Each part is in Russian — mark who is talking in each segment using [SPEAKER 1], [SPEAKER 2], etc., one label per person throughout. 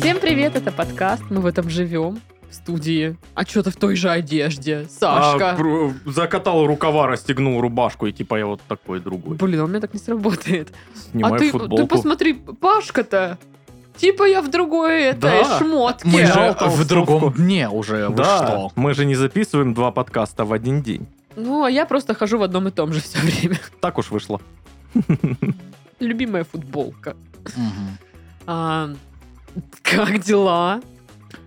[SPEAKER 1] Всем привет, это подкаст. Мы в этом живем. В студии. А что ты в той же одежде, Сашка?
[SPEAKER 2] А, бру- закатал рукава, расстегнул рубашку, и типа я вот такой другой.
[SPEAKER 1] Блин, а у меня так не сработает.
[SPEAKER 2] Снимаю
[SPEAKER 1] а ты, ты
[SPEAKER 2] футболку.
[SPEAKER 1] посмотри, Пашка-то. Типа я в другой этой
[SPEAKER 2] Да.
[SPEAKER 1] шмотке.
[SPEAKER 3] Мы же
[SPEAKER 2] толстовку.
[SPEAKER 3] в другом дне
[SPEAKER 1] а
[SPEAKER 3] уже, вы
[SPEAKER 2] да,
[SPEAKER 3] что?
[SPEAKER 2] мы же не записываем два подкаста в один день.
[SPEAKER 1] Ну, а я просто хожу в одном и том же все время.
[SPEAKER 2] Так уж вышло.
[SPEAKER 1] Любимая футболка.
[SPEAKER 3] Мгм.
[SPEAKER 1] А, как дела?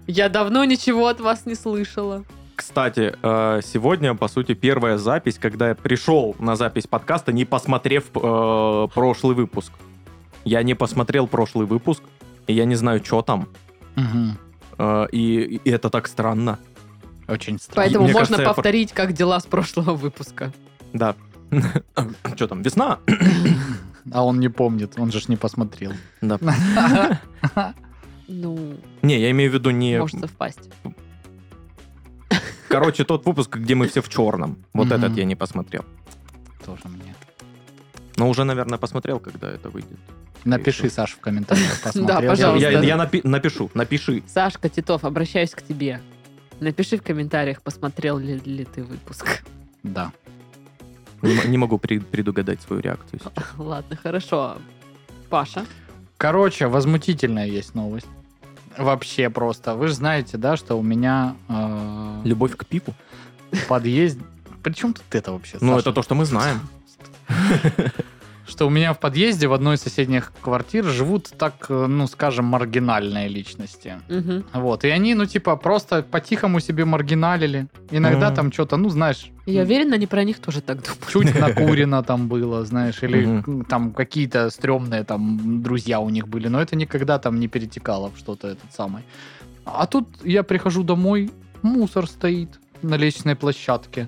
[SPEAKER 1] Я давно ничего от вас не слышала.
[SPEAKER 2] Кстати, э, сегодня, по сути, первая запись, когда я пришел на запись подкаста, не посмотрев э, прошлый выпуск. Я не посмотрел прошлый выпуск, и я не знаю, что там.
[SPEAKER 3] Мгм.
[SPEAKER 2] Э, и, и это так странно.
[SPEAKER 3] Очень странно.
[SPEAKER 1] Поэтому
[SPEAKER 2] Мне
[SPEAKER 1] можно
[SPEAKER 2] кажется, я пор-
[SPEAKER 1] повторить, как дела с прошлого выпуска.
[SPEAKER 2] Да. Что там, весна?
[SPEAKER 3] А он не помнит, он же ж не посмотрел.
[SPEAKER 2] Да.
[SPEAKER 1] Ну,
[SPEAKER 2] Не, я имею в виду не...
[SPEAKER 1] может совпасть.
[SPEAKER 2] Короче, тот выпуск, где мы все в черном. Вот
[SPEAKER 3] Мгм.
[SPEAKER 2] этот я не посмотрел.
[SPEAKER 3] Тоже мне.
[SPEAKER 2] Но уже, наверное, посмотрел, когда это выйдет.
[SPEAKER 3] Напиши, Саш, в комментариях, посмотрел.
[SPEAKER 1] Да,
[SPEAKER 3] ли
[SPEAKER 2] Я,
[SPEAKER 1] пожалуйста.
[SPEAKER 2] я-
[SPEAKER 3] ты.
[SPEAKER 2] я напи- напишу, напиши.
[SPEAKER 1] Сашка Титов, обращаюсь к тебе. Напиши в комментариях, посмотрел ли, ли ты выпуск.
[SPEAKER 3] Да.
[SPEAKER 2] Не, м- не могу при- предугадать свою реакцию. сейчас.
[SPEAKER 1] Ладно, хорошо. Паша,
[SPEAKER 3] Короче, возмутительная есть новость. Вообще просто. Вы же знаете, да, что у меня э,
[SPEAKER 2] Любовь к пиву?
[SPEAKER 3] в подъезде... Причем тут это вообще,
[SPEAKER 2] Ну,
[SPEAKER 3] Саша?
[SPEAKER 2] это то, что мы знаем.
[SPEAKER 3] Что у меня в подъезде в одной из соседних квартир живут так, э, ну, скажем, маргинальные личности.
[SPEAKER 1] Мгм.
[SPEAKER 3] Вот, и они, ну, типа, просто по-тихому себе маргиналили. Иногда
[SPEAKER 2] Мгм.
[SPEAKER 3] там что-то, ну, знаешь,
[SPEAKER 1] я уверена, они про них тоже так думают.
[SPEAKER 3] чуть накурено там было, знаешь, или
[SPEAKER 2] Мгм.
[SPEAKER 3] м, там какие-то стрёмные там друзья у них были, но это никогда там не перетекало в что-то этот самый. А тут я прихожу домой, мусор стоит на лестничной площадке.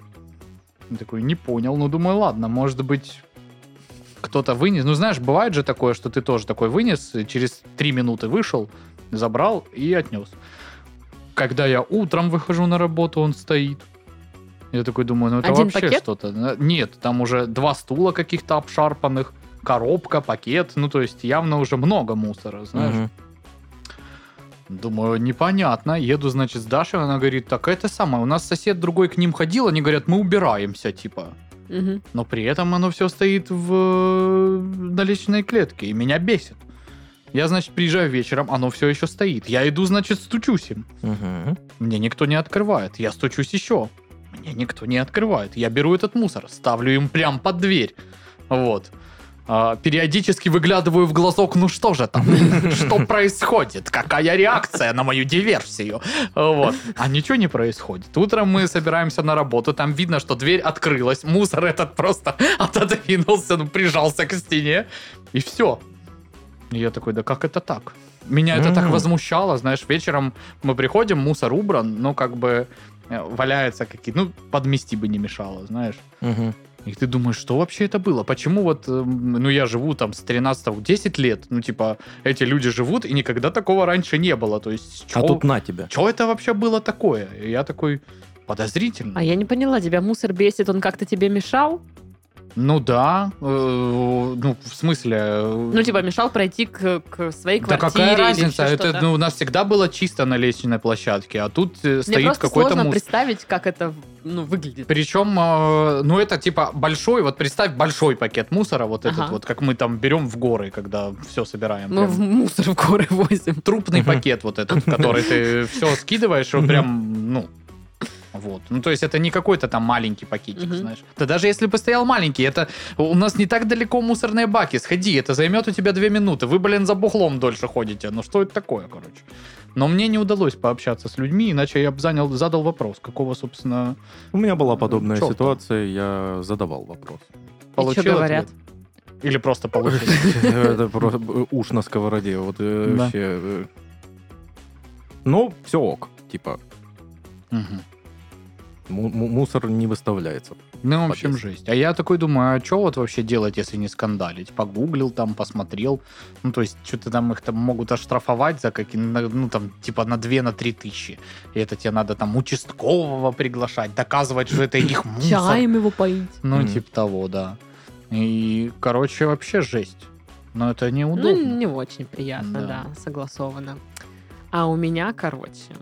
[SPEAKER 3] Я такой, не понял, ну, думаю, ладно, может быть, кто-то вынес. Ну, знаешь, бывает же такое, что ты тоже такой вынес, и через три минуты вышел, забрал и отнес. Когда я утром выхожу на работу, он стоит. Я такой думаю, ну это
[SPEAKER 1] Один
[SPEAKER 3] вообще
[SPEAKER 1] пакет?
[SPEAKER 3] что-то. На- Нет, там уже два стула каких-то обшарпанных, коробка, пакет. Ну, то есть явно уже много мусора, знаешь.
[SPEAKER 2] Мгм.
[SPEAKER 3] Думаю, непонятно. Еду, значит, с Дашей, она говорит, так это самое, у нас сосед другой к ним ходил, они говорят, мы убираемся, типа.
[SPEAKER 1] Мгм.
[SPEAKER 3] Но при этом оно все стоит в э, на лестничной клетке, и меня бесит. Я, значит, приезжаю вечером, оно все еще стоит. Я иду, значит, стучусь им.
[SPEAKER 2] Мгм.
[SPEAKER 3] Мне никто не открывает. Я стучусь еще. Мне никто не открывает. Я беру этот мусор, ставлю им прям под дверь. Вот. А, периодически выглядываю в глазок, ну что же там? Что происходит? Какая реакция на мою диверсию? Вот. А ничего не происходит. Утром мы собираемся на работу, там видно, что дверь открылась, мусор этот просто отодвинулся, ну, прижался к стене, и все. И я такой, да как это так? Меня это так
[SPEAKER 2] М.
[SPEAKER 3] возмущало, знаешь, вечером мы приходим, мусор убран, но как бы э, валяются какие-то, ну, подмести бы не мешало, знаешь.
[SPEAKER 2] Мгм.
[SPEAKER 3] И ты думаешь, что вообще это было? Почему вот, эм, ну, я живу там с 13 10 лет, ну, типа, эти люди живут, и никогда такого раньше не было, то есть...
[SPEAKER 2] А тут на тебя.
[SPEAKER 3] Что это вообще было такое? И я такой, подозрительно.
[SPEAKER 1] А я не поняла, тебя мусор бесит, он как-то тебе мешал?
[SPEAKER 3] Ну да, э, ну в смысле... э,
[SPEAKER 1] Ну, типа, мешал пройти к, к своей
[SPEAKER 3] Да
[SPEAKER 1] квартире.
[SPEAKER 3] какая
[SPEAKER 1] или
[SPEAKER 3] разница?
[SPEAKER 1] еще
[SPEAKER 3] Это,
[SPEAKER 1] что-то.
[SPEAKER 3] ну, у нас всегда было чисто на лестничной площадке, а тут э,
[SPEAKER 1] Мне
[SPEAKER 3] стоит
[SPEAKER 1] просто
[SPEAKER 3] какой-то
[SPEAKER 1] сложно
[SPEAKER 3] мусор.
[SPEAKER 1] представить, как это ну, выглядит.
[SPEAKER 3] Причем, э, ну это типа большой, вот представь большой пакет мусора, вот этот
[SPEAKER 1] Ага.
[SPEAKER 3] вот, как мы там берем в горы, когда все собираем.
[SPEAKER 1] Мы Ну,
[SPEAKER 3] прям.
[SPEAKER 1] в мусор в горы возим.
[SPEAKER 3] Трупный
[SPEAKER 2] Мгм.
[SPEAKER 3] пакет вот этот, в который ты все скидываешь, он прям, ну, вот. Ну, то есть это не какой-то там маленький пакетик,
[SPEAKER 1] Мгм.
[SPEAKER 3] знаешь. Да даже если бы стоял маленький, это у нас не так далеко мусорные баки, сходи, это займет у тебя две минуты. Вы, блин, за бухлом дольше ходите. Ну, что это такое, короче? Но мне не удалось пообщаться с людьми, иначе я бы занял, задал вопрос, какого, собственно,
[SPEAKER 2] У меня была подобная
[SPEAKER 3] Чё
[SPEAKER 2] ситуация, я задавал вопрос.
[SPEAKER 3] получил ответ.
[SPEAKER 1] говорят?
[SPEAKER 3] Или просто получил.
[SPEAKER 2] Это просто б- уш на сковороде. Вот э,
[SPEAKER 3] Да.
[SPEAKER 2] вообще. э. Ну, все ок. Типа,
[SPEAKER 3] Мгм.
[SPEAKER 2] Му- му- Мусор не выставляется.
[SPEAKER 3] Ну, в общем,
[SPEAKER 2] Подъезд.
[SPEAKER 3] жесть. А я такой думаю, а что вот вообще делать, если не скандалить? Погуглил там, посмотрел. Ну, то есть, что-то там их там могут оштрафовать за какие ну, там, типа на 2 на 3 тысячи. И это тебе надо там участкового приглашать, доказывать, что это их мусор.
[SPEAKER 1] Чаем его поить.
[SPEAKER 3] Ну,
[SPEAKER 2] Мгм.
[SPEAKER 3] типа того, да. И, короче, вообще жесть. Но это
[SPEAKER 1] Ну,
[SPEAKER 3] неудобно.
[SPEAKER 1] не очень приятно,
[SPEAKER 3] Да.
[SPEAKER 1] да. согласовано. А у меня, короче,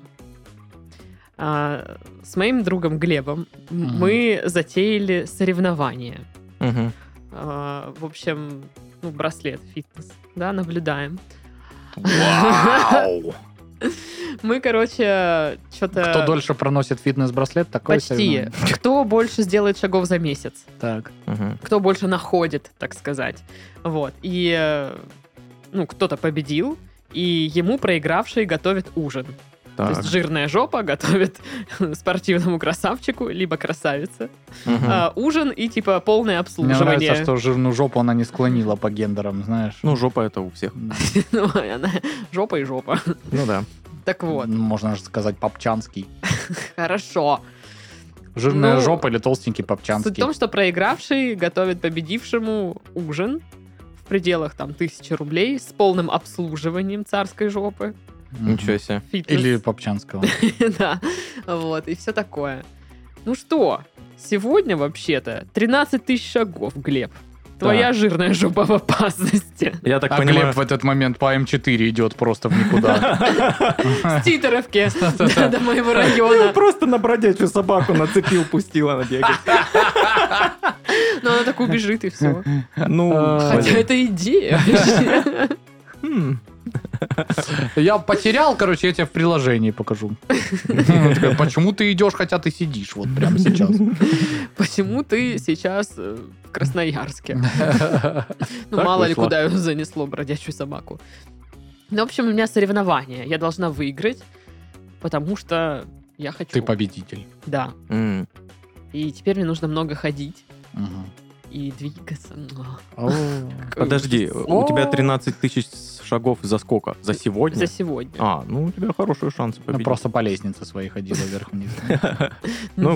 [SPEAKER 1] а, с моим другом Глебом
[SPEAKER 3] Мгм.
[SPEAKER 1] мы затеяли соревнования.
[SPEAKER 2] Мгм.
[SPEAKER 1] А, в общем, ну, браслет, фитнес, да, наблюдаем.
[SPEAKER 3] Вау!
[SPEAKER 1] Мы, короче, что-то...
[SPEAKER 3] Кто дольше проносит фитнес-браслет, такой
[SPEAKER 1] э, Почти. Кто больше сделает шагов за месяц?
[SPEAKER 3] Так.
[SPEAKER 2] Мгм.
[SPEAKER 1] кто больше находит, так сказать. Вот. И э, ну, кто-то победил, и ему проигравший готовит ужин. То
[SPEAKER 2] Так.
[SPEAKER 1] есть жирная жопа готовит спортивному красавчику, либо красавице,
[SPEAKER 2] Мгм.
[SPEAKER 1] э, ужин и типа полное
[SPEAKER 3] Хм. Мне
[SPEAKER 1] обслуживание.
[SPEAKER 3] нравится, что жирную жопу она не склонила по гендерам, знаешь.
[SPEAKER 2] Ну, жопа это у всех.
[SPEAKER 1] Ну, она жопа и жопа.
[SPEAKER 2] Ну да.
[SPEAKER 1] Так вот,
[SPEAKER 3] Можно же сказать попчанский.
[SPEAKER 1] хорошо.
[SPEAKER 3] Жирная
[SPEAKER 1] Ну,
[SPEAKER 3] жопа или толстенький попчанский.
[SPEAKER 1] Суть в том, что проигравший готовит победившему ужин в пределах там тысячи рублей с полным обслуживанием царской жопы.
[SPEAKER 3] Мгм.
[SPEAKER 2] Ничего себе.
[SPEAKER 1] Фитнес.
[SPEAKER 3] Или попчанского.
[SPEAKER 1] Да, вот, и все такое. Ну что, сегодня вообще-то 13 тысяч шагов, Глеб. Твоя жирная жопа в опасности.
[SPEAKER 2] Я так
[SPEAKER 3] а
[SPEAKER 2] понимаю...
[SPEAKER 3] Глеб в этот момент по М4 идет просто в никуда.
[SPEAKER 1] С Титеровки
[SPEAKER 3] Да-да-да.
[SPEAKER 1] до моего района.
[SPEAKER 2] Просто на бродячую собаку нацепил, пустил, она бегает.
[SPEAKER 1] Но она так убежит и все.
[SPEAKER 2] Ну,
[SPEAKER 3] А,
[SPEAKER 1] Хотя
[SPEAKER 2] блин.
[SPEAKER 1] это идея вообще.
[SPEAKER 2] Хм.
[SPEAKER 3] Я потерял, короче, я тебе в приложении покажу. Он такой, Почему ты идешь, хотя ты сидишь вот прямо сейчас?
[SPEAKER 1] Почему ты сейчас э, в Красноярске? Ну,
[SPEAKER 2] Так
[SPEAKER 1] мало ли,
[SPEAKER 2] вышло.
[SPEAKER 1] куда занесло бродячую собаку. Ну, в общем, у меня соревнования. Я должна выиграть, потому что я хочу.
[SPEAKER 3] Ты победитель.
[SPEAKER 1] Да.
[SPEAKER 2] М.
[SPEAKER 1] И теперь мне нужно много ходить
[SPEAKER 3] Мгм. Ну,
[SPEAKER 1] и двигаться. Но какой
[SPEAKER 2] Подожди,
[SPEAKER 1] ужас.
[SPEAKER 2] у тебя 13 тысяч шагов за сколько? За сегодня?
[SPEAKER 1] За сегодня.
[SPEAKER 2] А, ну у тебя хорошие шансы
[SPEAKER 3] Ну,
[SPEAKER 2] победить.
[SPEAKER 3] Просто по лестнице своей ходила вверх-вниз.
[SPEAKER 2] Ну,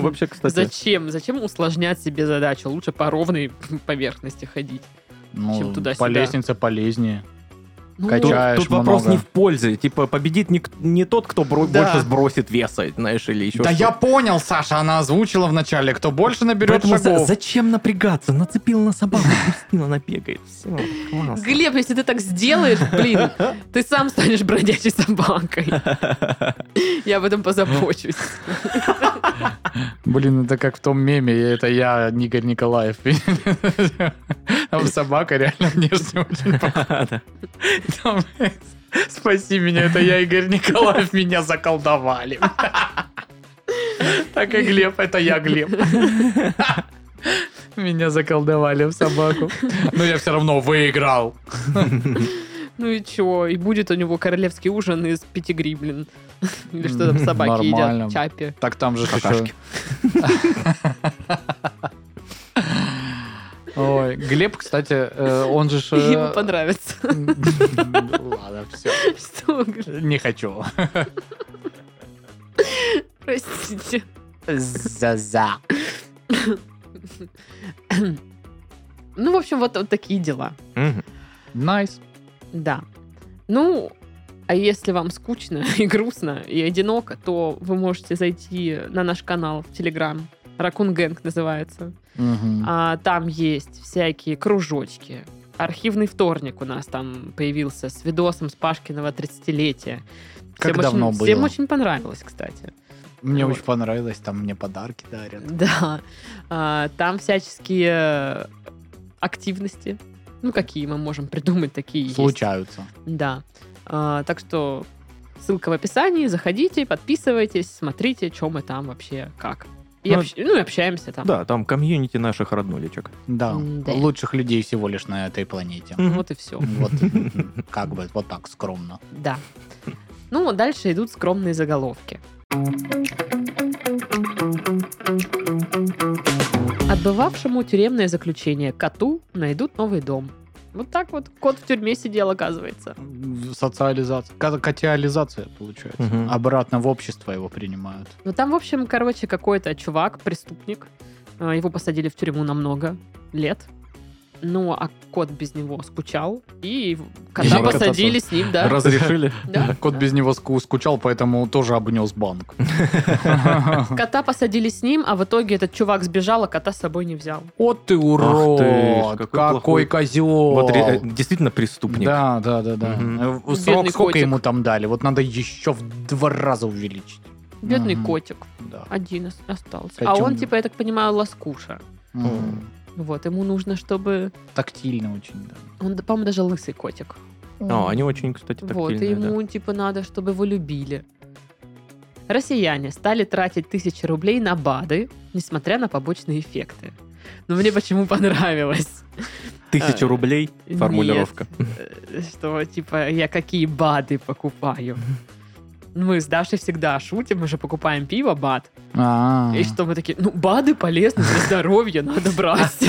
[SPEAKER 2] вообще, кстати,
[SPEAKER 1] Зачем? Зачем усложнять себе задачу? Лучше по ровной поверхности ходить.
[SPEAKER 3] Ну,
[SPEAKER 1] Чем туда-сюда.
[SPEAKER 3] по лестнице полезнее.
[SPEAKER 1] Ну,
[SPEAKER 2] тут,
[SPEAKER 3] Качаешь
[SPEAKER 2] тут вопрос
[SPEAKER 3] много.
[SPEAKER 2] не в пользе. Типа, победит не, не тот, кто бро-
[SPEAKER 1] Да.
[SPEAKER 2] больше сбросит веса, знаешь, или еще
[SPEAKER 3] Да
[SPEAKER 2] что-то.
[SPEAKER 3] я понял, Саша, она озвучила вначале, кто больше наберет
[SPEAKER 2] Поэтому за-
[SPEAKER 3] шагов.
[SPEAKER 2] зачем напрягаться? Нацепил на собаку, пустил, она бегает. Все, класс.
[SPEAKER 1] Глеб, если ты так сделаешь, блин, ты сам станешь бродячей собакой. Я об этом позабочусь.
[SPEAKER 3] Блин, это как в том меме, и это я, Игорь Николаев. Там собака реально внешне очень похожа. Там, Спаси меня, это я, Игорь Николаев, меня заколдовали. Так и Глеб, это я, Глеб. Меня заколдовали в собаку. Но я все равно выиграл.
[SPEAKER 1] Ну и чё? И будет у него королевский ужин из пятигри, блин. Или что там собаки
[SPEAKER 3] Нормально.
[SPEAKER 1] едят? Чапи.
[SPEAKER 3] Так там же
[SPEAKER 2] Какашки.
[SPEAKER 3] еще- Ой, Глеб, кстати, э, он же... ж, э,
[SPEAKER 1] Ему понравится.
[SPEAKER 3] Ладно, все.
[SPEAKER 1] Что, Глеб?
[SPEAKER 3] Не хочу.
[SPEAKER 1] Простите.
[SPEAKER 3] За-за.
[SPEAKER 1] Ну, в общем, вот, вот такие дела.
[SPEAKER 2] Мгм.
[SPEAKER 3] Найс.
[SPEAKER 1] Да. Ну, а если вам скучно и грустно и одиноко, то вы можете зайти на наш канал в Телеграм. Ракун Гэнг называется.
[SPEAKER 3] Мгм.
[SPEAKER 1] А, там есть всякие кружочки. Архивный вторник у нас там появился с видосом с Пашкиного 30-летия.
[SPEAKER 3] Как
[SPEAKER 1] Всем
[SPEAKER 3] давно
[SPEAKER 1] очень,
[SPEAKER 3] было?
[SPEAKER 1] Всем очень понравилось, кстати.
[SPEAKER 3] Мне
[SPEAKER 1] вот.
[SPEAKER 3] очень понравилось, там мне подарки дарят.
[SPEAKER 1] Да. А, там всяческие активности. Ну, какие мы можем придумать, такие есть.
[SPEAKER 3] Случаются.
[SPEAKER 1] Да. А, так что ссылка в описании. Заходите, подписывайтесь, смотрите, что мы там вообще, как. И
[SPEAKER 2] Ну,
[SPEAKER 1] общ- ну, и общаемся там.
[SPEAKER 2] Да, там комьюнити наших роднулечек.
[SPEAKER 3] Да.
[SPEAKER 1] М-да.
[SPEAKER 3] Лучших людей всего лишь на этой планете.
[SPEAKER 2] Мгм.
[SPEAKER 1] Вот и все.
[SPEAKER 3] Вот как бы вот так скромно.
[SPEAKER 1] Да. Ну, дальше идут скромные заголовки. Отбывавшему тюремное заключение коту найдут новый дом. Вот так вот кот в тюрьме сидел, оказывается.
[SPEAKER 3] Социализация. ка- Котиализация получается.
[SPEAKER 2] Мгм.
[SPEAKER 3] Обратно в общество его принимают.
[SPEAKER 1] Ну там, в общем, короче, какой-то чувак, преступник. э, Его посадили в тюрьму на много лет. Ну, а кот без него скучал. И кота
[SPEAKER 2] И кота
[SPEAKER 1] посадили с ним, да.
[SPEAKER 2] Разрешили?
[SPEAKER 1] Да,
[SPEAKER 3] Кот
[SPEAKER 1] да.
[SPEAKER 3] без него ску- скучал, поэтому тоже обнес банк.
[SPEAKER 1] Кота посадили с ним, а в итоге этот чувак сбежал, а кота с собой не взял.
[SPEAKER 3] Вот ты
[SPEAKER 2] Ах
[SPEAKER 3] урод!
[SPEAKER 2] ты ж, какой плохой.
[SPEAKER 3] Какой козел!
[SPEAKER 2] Вот ре- э, действительно преступник.
[SPEAKER 3] Да, да, да, да.
[SPEAKER 2] Мгм.
[SPEAKER 3] Э, в-
[SPEAKER 1] Бедный
[SPEAKER 3] Срок сколько
[SPEAKER 1] котик.
[SPEAKER 3] ему там дали? Вот надо еще в два раза увеличить.
[SPEAKER 1] Бедный
[SPEAKER 3] Мгм.
[SPEAKER 1] котик.
[SPEAKER 3] Да.
[SPEAKER 1] Один ос- остался. А
[SPEAKER 3] Котенок.
[SPEAKER 1] он, типа, я так понимаю, лоскуша.
[SPEAKER 3] Мгм.
[SPEAKER 1] Вот, ему нужно, чтобы...
[SPEAKER 3] Тактильно очень, да.
[SPEAKER 1] Он, да, по-моему, даже лысый котик.
[SPEAKER 2] А, они очень, кстати,
[SPEAKER 1] Вот, и
[SPEAKER 2] тактильные, да.
[SPEAKER 1] ему, типа, надо, чтобы его любили. Россияне стали тратить тысячи рублей на БАДы, несмотря на побочные эффекты. Но мне почему понравилось.
[SPEAKER 2] Тысяча
[SPEAKER 1] А,
[SPEAKER 2] рублей формулировка.
[SPEAKER 1] Нет, э, что, типа, я какие БАДы покупаю? Мы с Дашей всегда шутим, мы же покупаем пиво, БАД.
[SPEAKER 3] А.
[SPEAKER 1] И что мы такие, ну, БАДы полезны для здоровья, надо брать.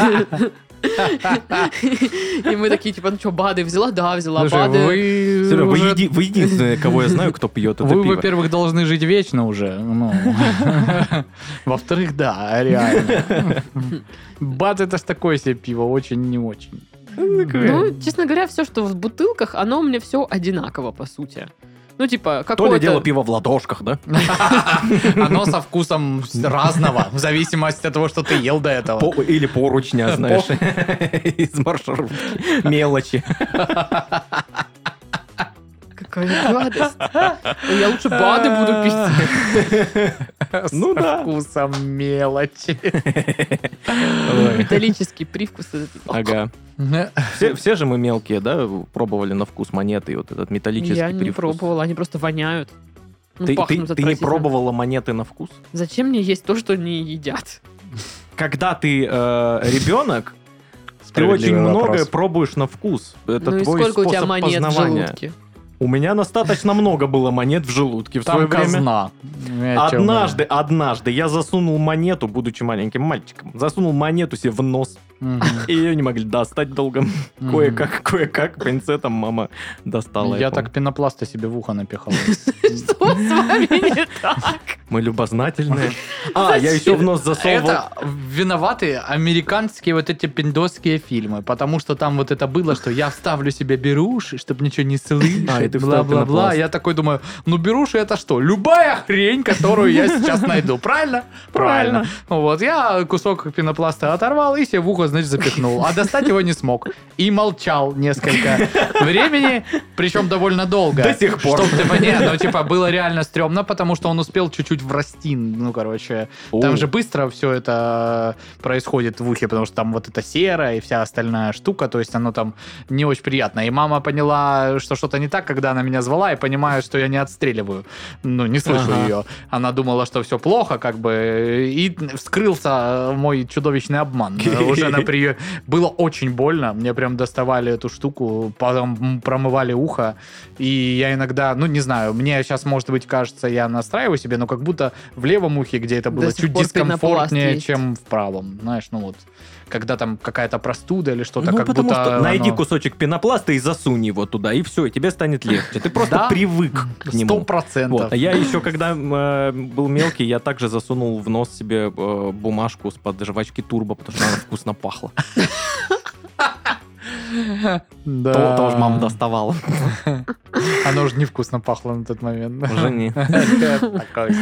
[SPEAKER 1] И мы такие, типа, ну что, БАДы взяла? Да, взяла
[SPEAKER 3] Слушай,
[SPEAKER 1] БАДы.
[SPEAKER 3] вы...
[SPEAKER 2] Серёга, вы,
[SPEAKER 3] уже-
[SPEAKER 2] еди- вы единственные, кого я знаю, кто пьет это
[SPEAKER 3] Вы,
[SPEAKER 2] пиво.
[SPEAKER 3] во-первых, должны жить вечно уже. ну. Во-вторых, да, реально. Бат это ж такое себе пиво, очень не очень.
[SPEAKER 1] Ну, честно говоря, все, что в бутылках, оно мне все одинаково, по сути. Ну, типа,
[SPEAKER 2] То ли
[SPEAKER 1] какое-то...
[SPEAKER 2] дело пиво в ладошках, да?
[SPEAKER 3] Оно со вкусом с- разного, в зависимости от того, что ты ел до этого.
[SPEAKER 2] По- или поручня, знаешь, из маршрутки. Мелочи.
[SPEAKER 1] Какая гадость. Я лучше БАДы буду пить.
[SPEAKER 2] Ну
[SPEAKER 3] Со
[SPEAKER 2] да.
[SPEAKER 3] вкусом мелочи.
[SPEAKER 1] Металлический привкус. этот.
[SPEAKER 2] Ага. Все, все же мы мелкие, да, пробовали на вкус монеты, и вот этот металлический
[SPEAKER 1] Я не
[SPEAKER 2] привкус.
[SPEAKER 1] пробовала, они просто воняют. Ну,
[SPEAKER 2] Ты,
[SPEAKER 1] пахнут
[SPEAKER 2] ты- ты не
[SPEAKER 1] отвратительно.
[SPEAKER 2] пробовала монеты на вкус?
[SPEAKER 1] Зачем мне есть то, что не едят?
[SPEAKER 2] Когда ты э, ребенок, ты
[SPEAKER 3] Справедливый
[SPEAKER 2] очень
[SPEAKER 3] вопрос.
[SPEAKER 2] многое пробуешь на вкус. Это
[SPEAKER 1] ну и
[SPEAKER 2] твой
[SPEAKER 1] сколько у тебя
[SPEAKER 2] способ
[SPEAKER 1] монет в
[SPEAKER 2] познавания.
[SPEAKER 1] желудке?
[SPEAKER 2] У меня достаточно много было монет в желудке в свое
[SPEAKER 3] Там
[SPEAKER 2] время.
[SPEAKER 3] казна. Я о чём
[SPEAKER 2] Однажды, однажды я засунул монету, будучи маленьким мальчиком, засунул монету себе в нос,
[SPEAKER 3] говорю.
[SPEAKER 2] и ее не могли достать долго.
[SPEAKER 3] Мгм.
[SPEAKER 2] Кое-как, кое-как пинцетом мама достала.
[SPEAKER 3] Я
[SPEAKER 2] помню.
[SPEAKER 3] так пенопласта себе в ухо напихал.
[SPEAKER 1] Что с вами не так?
[SPEAKER 2] Мы любознательные. А, я еще в нос засовывал.
[SPEAKER 3] Это виноваты американские вот эти пиндосские фильмы, потому что там вот это было, что я вставлю себе беруши, чтобы ничего не
[SPEAKER 2] А, и
[SPEAKER 3] слышать,
[SPEAKER 2] ты вставил
[SPEAKER 3] бла-бла-бла.
[SPEAKER 2] пенопласт.
[SPEAKER 3] Я такой думаю, ну беруши это что? Любая хрень, которую я сейчас найду, правильно? Правильно. Вот, я кусок пенопласта оторвал и себе в ухо, значит, запихнул. А достать его не смог. И молчал несколько времени, причем довольно долго.
[SPEAKER 2] До сих пор.
[SPEAKER 3] Чтоб, типа, не, ну, типа, было реально стрёмно, потому что он успел чуть-чуть врастин, ну, короче, там
[SPEAKER 2] О.
[SPEAKER 3] же быстро все это э, происходит в ухе, потому что там вот эта сера и вся остальная штука, то есть оно там не очень приятно. И мама поняла, что что-то не так, когда она меня звала, и понимаю, что я не отстреливаю. Ну, не слышу
[SPEAKER 2] Ага.
[SPEAKER 3] ее. Она думала, что все плохо, как бы, и вскрылся мой чудовищный обман. Уже на приеме. Было очень больно, мне прям доставали эту штуку, потом м, промывали ухо, и я иногда, ну, не знаю, мне сейчас, может быть, кажется, я настраиваю себе, но как будто в левом ухе, где это
[SPEAKER 1] До
[SPEAKER 3] было,
[SPEAKER 1] сих
[SPEAKER 3] чуть
[SPEAKER 1] пор пенопласт
[SPEAKER 3] дискомфортнее,
[SPEAKER 1] есть.
[SPEAKER 3] чем в правом. Знаешь, ну вот, когда там какая-то простуда или что-то,
[SPEAKER 2] Ну,
[SPEAKER 3] как
[SPEAKER 2] потому
[SPEAKER 3] будто...
[SPEAKER 2] что найди
[SPEAKER 3] оно-
[SPEAKER 2] кусочек пенопласта и засунь его туда, и все, и тебе станет легче. Ты просто
[SPEAKER 3] Да.
[SPEAKER 2] привык к
[SPEAKER 3] Сто
[SPEAKER 2] нему.
[SPEAKER 3] процентов.
[SPEAKER 2] Вот. А я еще, когда э, был мелкий, я также засунул в нос себе э, бумажку с под жвачки турбо, потому что она вкусно пахла.
[SPEAKER 3] Да.
[SPEAKER 2] То- Тоже мама доставала.
[SPEAKER 3] Оно уже невкусно пахло на тот момент.
[SPEAKER 2] Уже не.
[SPEAKER 3] Такой.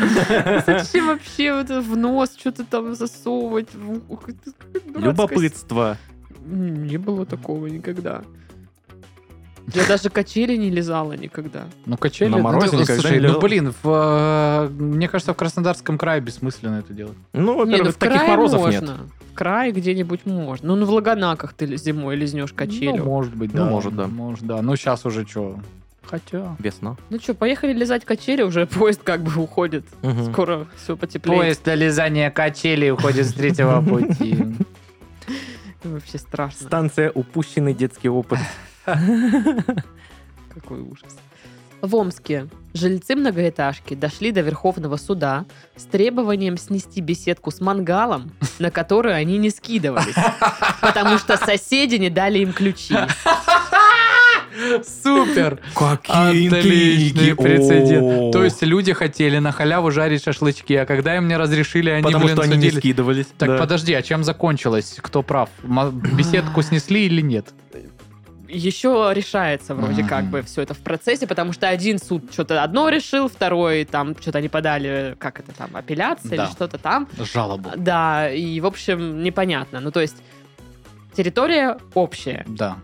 [SPEAKER 1] Зачем вообще вот это в нос что-то там засовывать? в ухо? Это какая дурацкая
[SPEAKER 2] Любопытство.
[SPEAKER 1] с- М, Не было такого никогда. Я даже качели не лизала никогда.
[SPEAKER 3] Ну, качели...
[SPEAKER 2] На
[SPEAKER 3] ну,
[SPEAKER 2] морозе
[SPEAKER 3] ты-
[SPEAKER 2] никогда не
[SPEAKER 3] слушай, ну,
[SPEAKER 2] лежал.
[SPEAKER 3] блин, в, э, мне кажется, в Краснодарском крае бессмысленно это делать.
[SPEAKER 2] Ну,
[SPEAKER 1] не, ну
[SPEAKER 2] во-первых,
[SPEAKER 1] в
[SPEAKER 2] таких
[SPEAKER 1] крае
[SPEAKER 2] морозов нет.
[SPEAKER 1] можно. В крае где-нибудь можно. Ну, ну, в Лаганаках ты зимой лизнешь качелю.
[SPEAKER 3] Ну, может быть, да.
[SPEAKER 2] Ну, может, да.
[SPEAKER 3] Может, да. Ну, сейчас уже что? Хотя...
[SPEAKER 2] Весна.
[SPEAKER 1] Ну что, поехали лизать качели, уже поезд как бы уходит.
[SPEAKER 2] Мгм.
[SPEAKER 1] Скоро все потеплеет.
[SPEAKER 3] Поезд до лизания качелей уходит с третьего пути.
[SPEAKER 1] Вообще страшно.
[SPEAKER 2] Станция «Упущенный детский опыт».
[SPEAKER 1] Какой ужас. В Омске жильцы многоэтажки дошли до Верховного суда с требованием снести беседку с мангалом, на которую они не скидывались, потому что соседи не дали им ключи.
[SPEAKER 3] Супер!
[SPEAKER 2] Какие
[SPEAKER 3] Отличный
[SPEAKER 2] интриги!
[SPEAKER 3] прецедент.
[SPEAKER 2] О.
[SPEAKER 3] То есть люди хотели на халяву жарить шашлычки, а когда им не разрешили, они,
[SPEAKER 2] Потому
[SPEAKER 3] блин,
[SPEAKER 2] что они не
[SPEAKER 3] судились.
[SPEAKER 2] скидывались.
[SPEAKER 3] Так
[SPEAKER 2] да.
[SPEAKER 3] подожди, а чем закончилось? Кто прав? М- Беседку снесли или нет?
[SPEAKER 1] Еще решается вроде
[SPEAKER 3] Мгм.
[SPEAKER 1] как бы все это в процессе, потому что один суд что-то одно решил, второй там что-то они подали, как это там, апелляция
[SPEAKER 3] Да.
[SPEAKER 1] или что-то там.
[SPEAKER 3] Жалобу.
[SPEAKER 1] Да, и в общем непонятно. Ну то есть территория общая.
[SPEAKER 3] Да,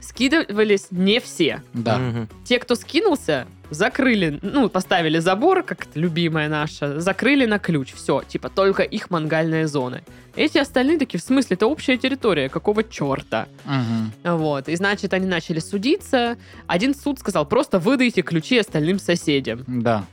[SPEAKER 1] Скидывались не все.
[SPEAKER 3] да.
[SPEAKER 2] Мгм.
[SPEAKER 1] те, кто скинулся, закрыли, ну, поставили забор, как это любимая наша, закрыли на ключ. Все, типа, только их мангальные зоны. Эти остальные такие, в смысле, это общая территория, какого черта?
[SPEAKER 3] Мгм.
[SPEAKER 1] Вот, и значит, они начали судиться. Один суд сказал, просто выдайте ключи остальным соседям.
[SPEAKER 3] Да.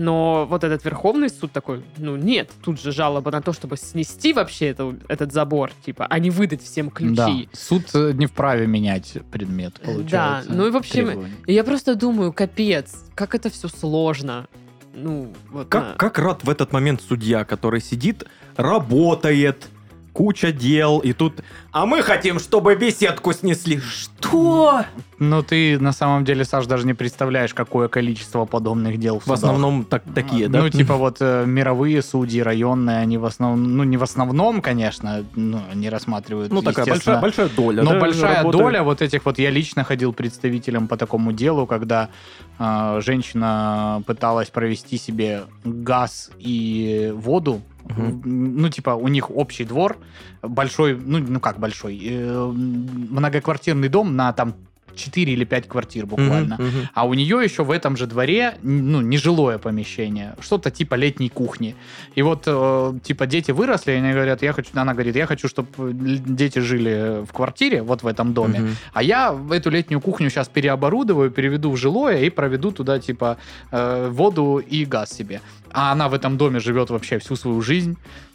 [SPEAKER 1] Но вот этот Верховный суд такой, ну, нет, тут же жалоба на то, чтобы снести вообще эту- этот забор, типа, а не выдать всем ключи.
[SPEAKER 3] Да. Суд э, не вправе менять предмет, получается.
[SPEAKER 1] ну и в общем,
[SPEAKER 3] требования.
[SPEAKER 1] И я просто думаю, капец, как это все сложно. Ну, вот на-
[SPEAKER 2] Как, как рад в этот момент судья, который сидит, работает, куча дел, и тут... А мы хотим, чтобы беседку снесли. Что?
[SPEAKER 3] Ну ты на самом деле, Саш, даже не представляешь, какое количество подобных дел в
[SPEAKER 2] В
[SPEAKER 3] судах.
[SPEAKER 2] основном так, такие, да?
[SPEAKER 3] Ну, типа вот э, мировые судьи, районные, они в основном, ну, не в основном, конечно, ну, они рассматривают,
[SPEAKER 2] Ну, такая
[SPEAKER 3] естественно,
[SPEAKER 2] большая, большая доля.
[SPEAKER 3] Но
[SPEAKER 2] да,
[SPEAKER 3] большая
[SPEAKER 2] работает.
[SPEAKER 3] доля вот этих вот, я лично ходил представителем по такому делу, когда э, женщина пыталась провести себе газ и воду.
[SPEAKER 2] Мгм.
[SPEAKER 3] Ну, типа, у них общий двор, большой, ну, ну как большой, э, многоквартирный дом на там 4 или 5 квартир
[SPEAKER 2] Мгм,
[SPEAKER 3] буквально.
[SPEAKER 2] мгм.
[SPEAKER 3] А у нее еще в этом же дворе, н- ну, нежилое помещение, что-то типа летней кухни. И вот, э, типа, дети выросли, и они говорят, я хочу, она говорит, я хочу, чтобы дети жили в квартире, вот в этом доме,
[SPEAKER 2] Мгм.
[SPEAKER 3] а я в эту летнюю кухню сейчас переоборудую, переведу в жилое и проведу туда, типа, э, воду и газ себе. А она в этом доме живет вообще всю свою жизнь.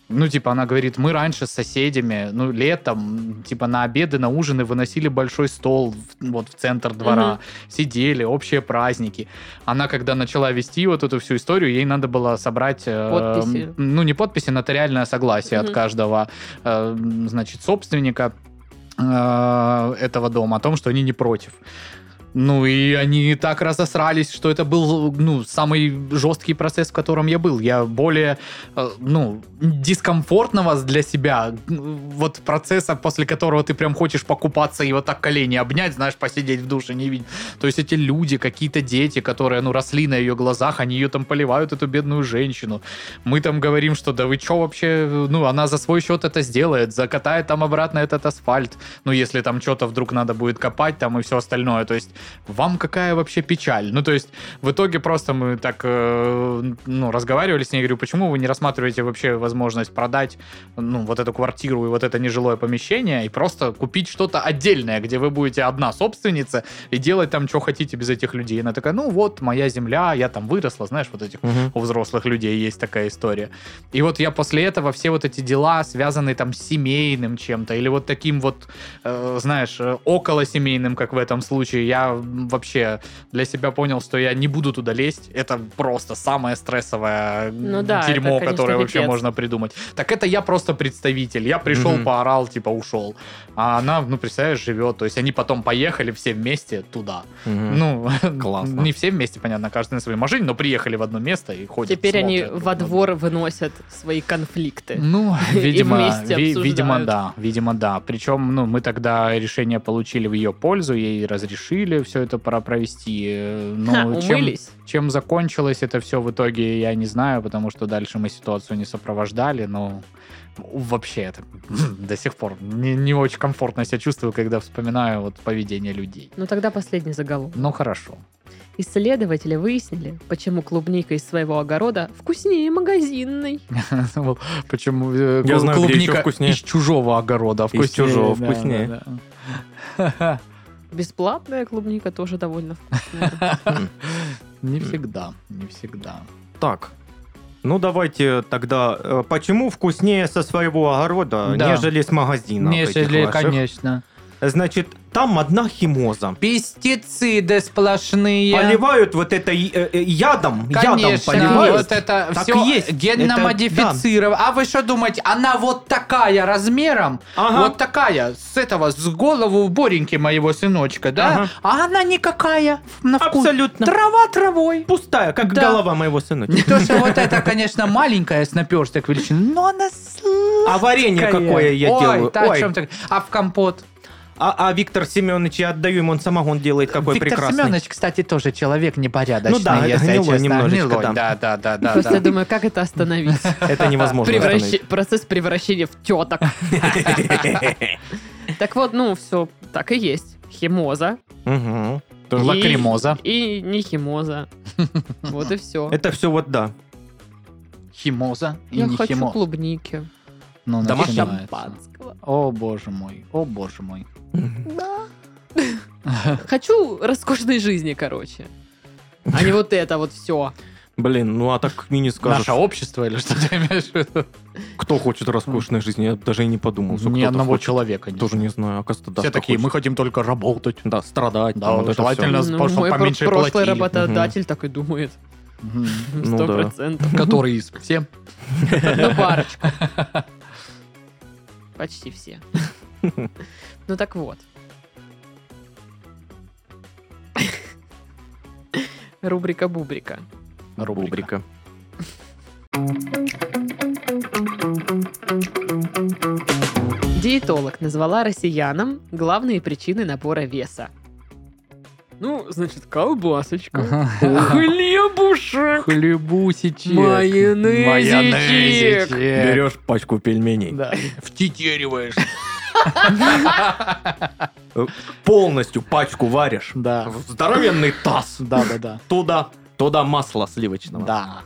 [SPEAKER 3] Ну, типа, она говорит, мы раньше с соседями, ну, летом, типа, на обеды, на ужины выносили большой стол в- вот в центр двора,
[SPEAKER 1] Мгм.
[SPEAKER 3] сидели, общие праздники. Она, когда начала вести вот эту всю историю, ей надо было собрать... э,
[SPEAKER 1] Подписи.
[SPEAKER 3] м, Ну, не подписи, нотариальное согласие от
[SPEAKER 1] Мгм.
[SPEAKER 3] каждого, э, значит, собственника э, этого дома о том, что они не против. Ну и они так разосрались, что это был ну, самый жесткий процесс, в котором я был. Я более э, ну, дискомфортного для себя э, вот процесса, после которого ты прям хочешь покупаться и вот так колени обнять, знаешь, посидеть в душе, не видеть. То есть эти люди, какие-то дети, которые ну, росли на ее глазах, они ее там поливают, эту бедную женщину. Мы там говорим, что да вы чё вообще, ну она за свой счет это сделает, закатает там обратно этот асфальт. Ну если там что-то вдруг надо будет копать там и все остальное. То есть вам какая вообще печаль? Ну, то есть, в итоге просто мы так, э, ну, разговаривали с ней, говорю, почему вы не рассматриваете вообще возможность продать, ну, вот эту квартиру и вот это нежилое помещение и просто купить что-то отдельное, где вы будете одна собственница и делать там, что хотите без этих людей. Она такая, ну, вот, моя земля, я там выросла, знаешь, вот этих
[SPEAKER 2] Мгм.
[SPEAKER 3] у взрослых людей есть такая история. И вот я после этого все вот эти дела, связанные там с семейным чем-то, или вот таким вот, э, знаешь, э, околосемейным, как в этом случае, я м, вообще для себя понял, что я не буду туда лезть. Это просто самое стрессовое
[SPEAKER 1] Ну да, это,
[SPEAKER 3] дерьмо,
[SPEAKER 1] конечно,
[SPEAKER 3] которое вообще
[SPEAKER 1] пипец.
[SPEAKER 3] можно придумать. Так это я просто представитель. Я пришел,
[SPEAKER 2] Мгм.
[SPEAKER 3] поорал, типа ушел. А она, ну, представляешь, живет. То есть они потом поехали все вместе туда.
[SPEAKER 2] Мгм.
[SPEAKER 3] Ну,
[SPEAKER 2] Классно.
[SPEAKER 3] не все вместе, понятно, каждый на своей машине, но приехали в одно место и ходят.
[SPEAKER 1] Теперь они
[SPEAKER 3] смотрят друг
[SPEAKER 1] во
[SPEAKER 3] на
[SPEAKER 1] двор выносят свои конфликты.
[SPEAKER 3] друга. Ну, видимо,
[SPEAKER 1] вместе
[SPEAKER 3] ви-
[SPEAKER 1] обсуждают.
[SPEAKER 3] видимо, да, видимо, да. Причем, ну, мы тогда решение получили в ее пользу, ей разрешили все это пора провести. э, Но
[SPEAKER 1] Ха,
[SPEAKER 3] чем,
[SPEAKER 1] умылись.
[SPEAKER 3] чем закончилось это все в итоге, я не знаю, потому что дальше мы ситуацию не сопровождали, но вообще это до сих пор не, не очень комфортно себя чувствую, когда вспоминаю вот поведение людей.
[SPEAKER 1] Ну тогда последний заголовок.
[SPEAKER 3] Ну, хорошо.
[SPEAKER 1] Исследователи выяснили, почему клубника из своего огорода вкуснее магазинной.
[SPEAKER 3] Вот Почему э,
[SPEAKER 2] Я
[SPEAKER 3] клу-
[SPEAKER 2] знаю, где еще
[SPEAKER 3] клубника
[SPEAKER 2] вкуснее.
[SPEAKER 3] из чужого огорода вкуснее.
[SPEAKER 2] чужого
[SPEAKER 3] да,
[SPEAKER 2] вкуснее.
[SPEAKER 3] да, да.
[SPEAKER 1] Бесплатная клубника тоже довольно вкусная.
[SPEAKER 3] Не всегда, не всегда.
[SPEAKER 2] Так. Ну, давайте тогда... э, Почему вкуснее со своего огорода,
[SPEAKER 3] Да.
[SPEAKER 2] нежели с магазина? вот этих ваших?
[SPEAKER 3] конечно.
[SPEAKER 2] Значит, Там одна химоза.
[SPEAKER 3] Пестициды сплошные.
[SPEAKER 2] Поливают вот это э, э, ядом, ядом
[SPEAKER 3] Конечно,
[SPEAKER 2] поливают.
[SPEAKER 3] вот это
[SPEAKER 2] Так
[SPEAKER 3] все
[SPEAKER 2] и есть.
[SPEAKER 3] генно
[SPEAKER 2] Это-
[SPEAKER 3] модифицировано. А вы что думаете, она вот такая размером?
[SPEAKER 2] Ага.
[SPEAKER 3] Вот такая, с этого, с голову бореньки моего сыночка, да?
[SPEAKER 2] Ага.
[SPEAKER 3] А она никакая на вкус.
[SPEAKER 2] Абсолютно.
[SPEAKER 3] Трава травой.
[SPEAKER 2] Пустая, как
[SPEAKER 3] Да.
[SPEAKER 2] голова моего сына.
[SPEAKER 3] Не то, что вот это, конечно, маленькая с наперсток величины, но она
[SPEAKER 2] А варенье какое я делаю?
[SPEAKER 3] да, о
[SPEAKER 2] Ой.
[SPEAKER 3] чем ты- А в компот?
[SPEAKER 2] А, а Виктор Семенович, я отдаю ему, он самогон делает какой
[SPEAKER 3] Виктор
[SPEAKER 2] прекрасный.
[SPEAKER 3] Семенович, кстати, тоже человек непорядочный,
[SPEAKER 2] Ну да,
[SPEAKER 3] если
[SPEAKER 2] гнилой
[SPEAKER 3] честно.
[SPEAKER 2] немножечко,
[SPEAKER 3] Гнилой,
[SPEAKER 2] да.
[SPEAKER 3] да, да, да, да.
[SPEAKER 1] Просто
[SPEAKER 3] да.
[SPEAKER 1] я думаю, как это остановить?
[SPEAKER 2] Это невозможно
[SPEAKER 1] Превращ-
[SPEAKER 2] остановить.
[SPEAKER 1] Процесс превращения в теток. Так вот, ну, все так и есть. Химоза
[SPEAKER 2] Мгм.
[SPEAKER 3] Лакримоза.
[SPEAKER 1] и не химоза. Вот и все.
[SPEAKER 2] Это все вот да.
[SPEAKER 3] Химоза и
[SPEAKER 1] Я
[SPEAKER 3] не
[SPEAKER 1] хочу
[SPEAKER 3] химо.
[SPEAKER 1] клубники.
[SPEAKER 3] Ну,
[SPEAKER 2] Домашний
[SPEAKER 3] начинается.
[SPEAKER 1] Шампанского.
[SPEAKER 3] О боже мой, о боже мой.
[SPEAKER 1] Хочу роскошной жизни, короче. А не вот это вот все.
[SPEAKER 2] Блин, ну а так и не скажешь.
[SPEAKER 3] Наше общество или что ты имеешь в виду?
[SPEAKER 2] Кто хочет роскошной жизни? Я даже и не подумал. что
[SPEAKER 3] Ни
[SPEAKER 2] кто-то
[SPEAKER 3] одного
[SPEAKER 2] Ну, хочет.
[SPEAKER 3] человека нет.
[SPEAKER 2] Тоже не знаю, оказывается, да.
[SPEAKER 3] Все
[SPEAKER 2] кто
[SPEAKER 3] такие, мы
[SPEAKER 2] хочет.
[SPEAKER 3] хотим только работать.
[SPEAKER 2] Да, страдать.
[SPEAKER 3] Да,
[SPEAKER 2] там вот это
[SPEAKER 3] желательно
[SPEAKER 2] всё.
[SPEAKER 3] с прошлым
[SPEAKER 1] Ну, мой
[SPEAKER 3] поменьше
[SPEAKER 1] пр- прошлый
[SPEAKER 3] платили.
[SPEAKER 1] работодатель так и думает.
[SPEAKER 3] Мгм.
[SPEAKER 2] Ну
[SPEAKER 1] Сто
[SPEAKER 2] да.
[SPEAKER 1] процентов.
[SPEAKER 3] Который из всем.
[SPEAKER 1] Ну, парочку. Почти все. Ну так вот. Рубрика Бубрика.
[SPEAKER 3] Рубрика.
[SPEAKER 2] Бубрика.
[SPEAKER 1] Диетолог назвала россиянам главные причины набора веса. Ну, значит, колбасочка, хлебушек,
[SPEAKER 3] Хлебусичек.
[SPEAKER 1] Майонезичек.
[SPEAKER 2] Берешь пачку пельменей.
[SPEAKER 3] Э, Да. Втетериваешь.
[SPEAKER 2] Полностью пачку варишь.
[SPEAKER 3] Да.
[SPEAKER 2] В Здоровенный таз.
[SPEAKER 3] Да, да, да.
[SPEAKER 2] Туда. Туда масло сливочного.
[SPEAKER 3] Да,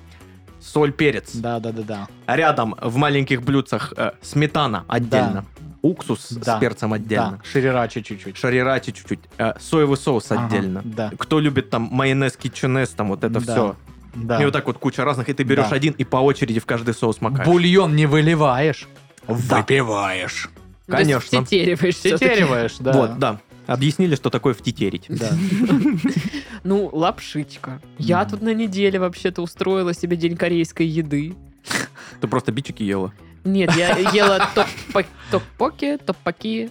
[SPEAKER 2] Соль, перец. А
[SPEAKER 3] да, да, да, да.
[SPEAKER 2] Рядом в маленьких блюдцах э, сметана отдельно. Уксус
[SPEAKER 3] Да.
[SPEAKER 2] с перцем отдельно.
[SPEAKER 3] Да, ширирачи чуть-чуть.
[SPEAKER 2] Шарирачи чуть-чуть. э, соевый соус
[SPEAKER 3] Ага,
[SPEAKER 2] отдельно.
[SPEAKER 3] Да,
[SPEAKER 2] Кто любит там майонез, кичунес, там вот это
[SPEAKER 3] Да.
[SPEAKER 2] все.
[SPEAKER 3] да.
[SPEAKER 2] И вот так вот куча разных, и ты берешь
[SPEAKER 3] Да.
[SPEAKER 2] один и по очереди в каждый соус макаешь.
[SPEAKER 3] Бульон не выливаешь,
[SPEAKER 2] Да.
[SPEAKER 3] выпиваешь.
[SPEAKER 1] Ну, То есть
[SPEAKER 2] Конечно.
[SPEAKER 1] втетериваешь всё-таки.
[SPEAKER 3] Тетериваешь, да.
[SPEAKER 2] Вот, да. Объяснили, что такое втетерить.
[SPEAKER 3] Да.
[SPEAKER 1] Ну, лапшичка. Я
[SPEAKER 3] Мгм.
[SPEAKER 1] тут на неделе вообще-то устроила себе день корейской еды.
[SPEAKER 2] Ты просто бичики ела.
[SPEAKER 1] Нет, я ела топ- топпоки, топпаки.